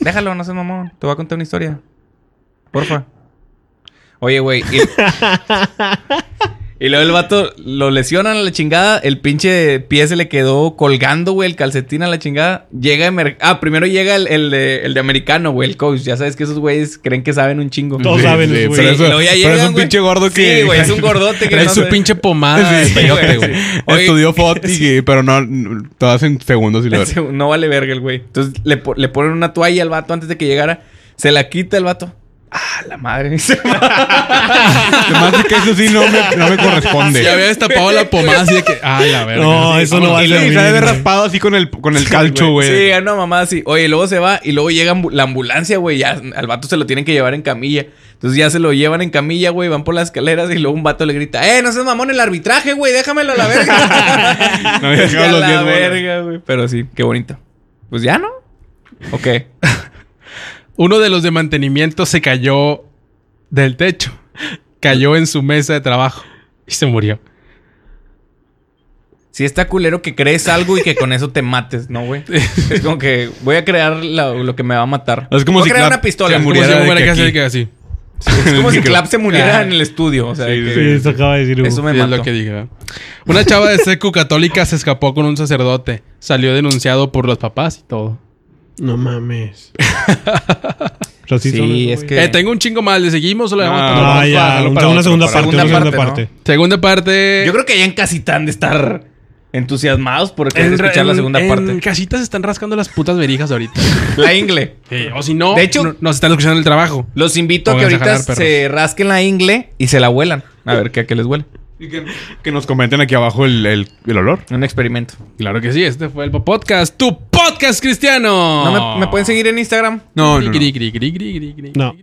S3: Déjalo, no seas mamón. Te voy a contar una historia. Porfa. Oye, güey. Y, y luego el vato lo lesionan a la chingada. El pinche pie se le quedó colgando, güey, el calcetín a la chingada. Llega. emer- Ah, primero llega el, el de, el de americano, güey, el coach. Ya sabes que esos güeyes creen que saben un chingo.
S4: Todos saben,
S2: sí,
S4: güey.
S2: pero
S3: Sí,
S2: eso-
S3: y luego ya
S2: pero
S3: llegan,
S2: es un
S3: güey.
S2: pinche gordo que-
S3: Sí, güey, es un gordote que
S1: Trae
S3: no
S1: su
S3: sabe-
S1: pinche pomada de
S3: Sí,
S1: peyote,
S3: güey,
S1: güey.
S3: sí. Oye,
S2: Estudió FOT, y que- pero no, todas en segundos y lo
S3: Ese- No vale verga el güey. Entonces le, po- le ponen una toalla al vato antes de que llegara. Se la quita el vato. Ah, la madre. Se
S2: Además es que eso sí no me, no me corresponde.
S1: Ya había destapado la pomada así de que, ay, la verga.
S4: No, eso no va a
S2: Y
S4: ser.
S2: se ha de haber raspado así con el, con el calcho, güey.
S3: Sí, a una mamá así. Oye, luego se va y luego llega ambu- la ambulancia, güey. Ya al vato se lo tienen que llevar en camilla. Entonces ya se lo llevan en camilla, güey. Van por las escaleras y luego un vato le grita: ¡Eh, no seas mamón el arbitraje, güey! ¡Déjamelo a la verga!
S2: No había
S3: Es que
S2: dejado
S3: a
S2: los
S3: la
S2: diez bolas.
S3: verga, güey. Pero sí, qué bonito. Pues ya, ¿no? Ok.
S1: Uno de los de mantenimiento se cayó del techo. Cayó en su mesa de trabajo y se murió.
S3: Si está culero que crees algo y que con eso te mates, ¿no, güey? Es como que voy a crear la- lo que me va a matar.
S2: Es como
S3: voy
S2: si
S3: a crear
S2: Clap
S3: una pistola.
S2: se
S3: Es como
S2: muriera
S1: Como si
S2: de
S1: fuera
S2: que
S1: que
S2: aquí-
S1: que así.
S3: si- Es como si
S2: micro.
S3: Clap se muriera
S1: Ah.
S3: en el estudio. O sea,
S2: Sí,
S3: que
S4: Sí, eso acaba de decir, güey.
S3: eso me
S1: Sí, es
S3: mató.
S1: lo que dije, ¿verdad? Una chava de secu católica se escapó con un sacerdote. Salió denunciado por los papás y todo.
S4: No mames. Pero sí
S3: Sí,
S4: son eso,
S3: es
S4: güey.
S3: que-
S1: Eh, tengo un chingo más. ¿Le seguimos o lo dejamos
S2: No,
S1: para-
S4: Ah,
S2: vamos para-
S4: ya.
S2: para
S4: un-
S2: otro,
S4: una segunda parte.
S2: para
S4: Una
S3: segunda
S4: segunda
S3: parte,
S4: parte.
S1: Segunda parte.
S3: Yo creo que ya en casita han de estar entusiasmados por querer
S1: En-
S3: escuchar la
S1: en-
S3: segunda
S1: en
S3: parte.
S1: casitas están rascando las putas verijas ahorita.
S3: La ingle.
S1: Sí, Eh, o si no,
S3: De hecho-
S1: no- nos están escuchando en el trabajo.
S3: Los invito a que
S1: Pónganse a
S3: ahorita
S1: jalar,
S3: se rasquen la ingle y se la vuelan. A ver qué a qué les huele.
S2: Y que, que nos comenten aquí abajo el, el, el olor.
S3: Un experimento.
S1: Claro que sí, este fue el podcast, tu podcast cristiano.
S3: No, me, me pueden seguir en Instagram?
S2: No, no, no.
S1: Gri, gri, gri, gri, gri, gri, gri.
S4: No.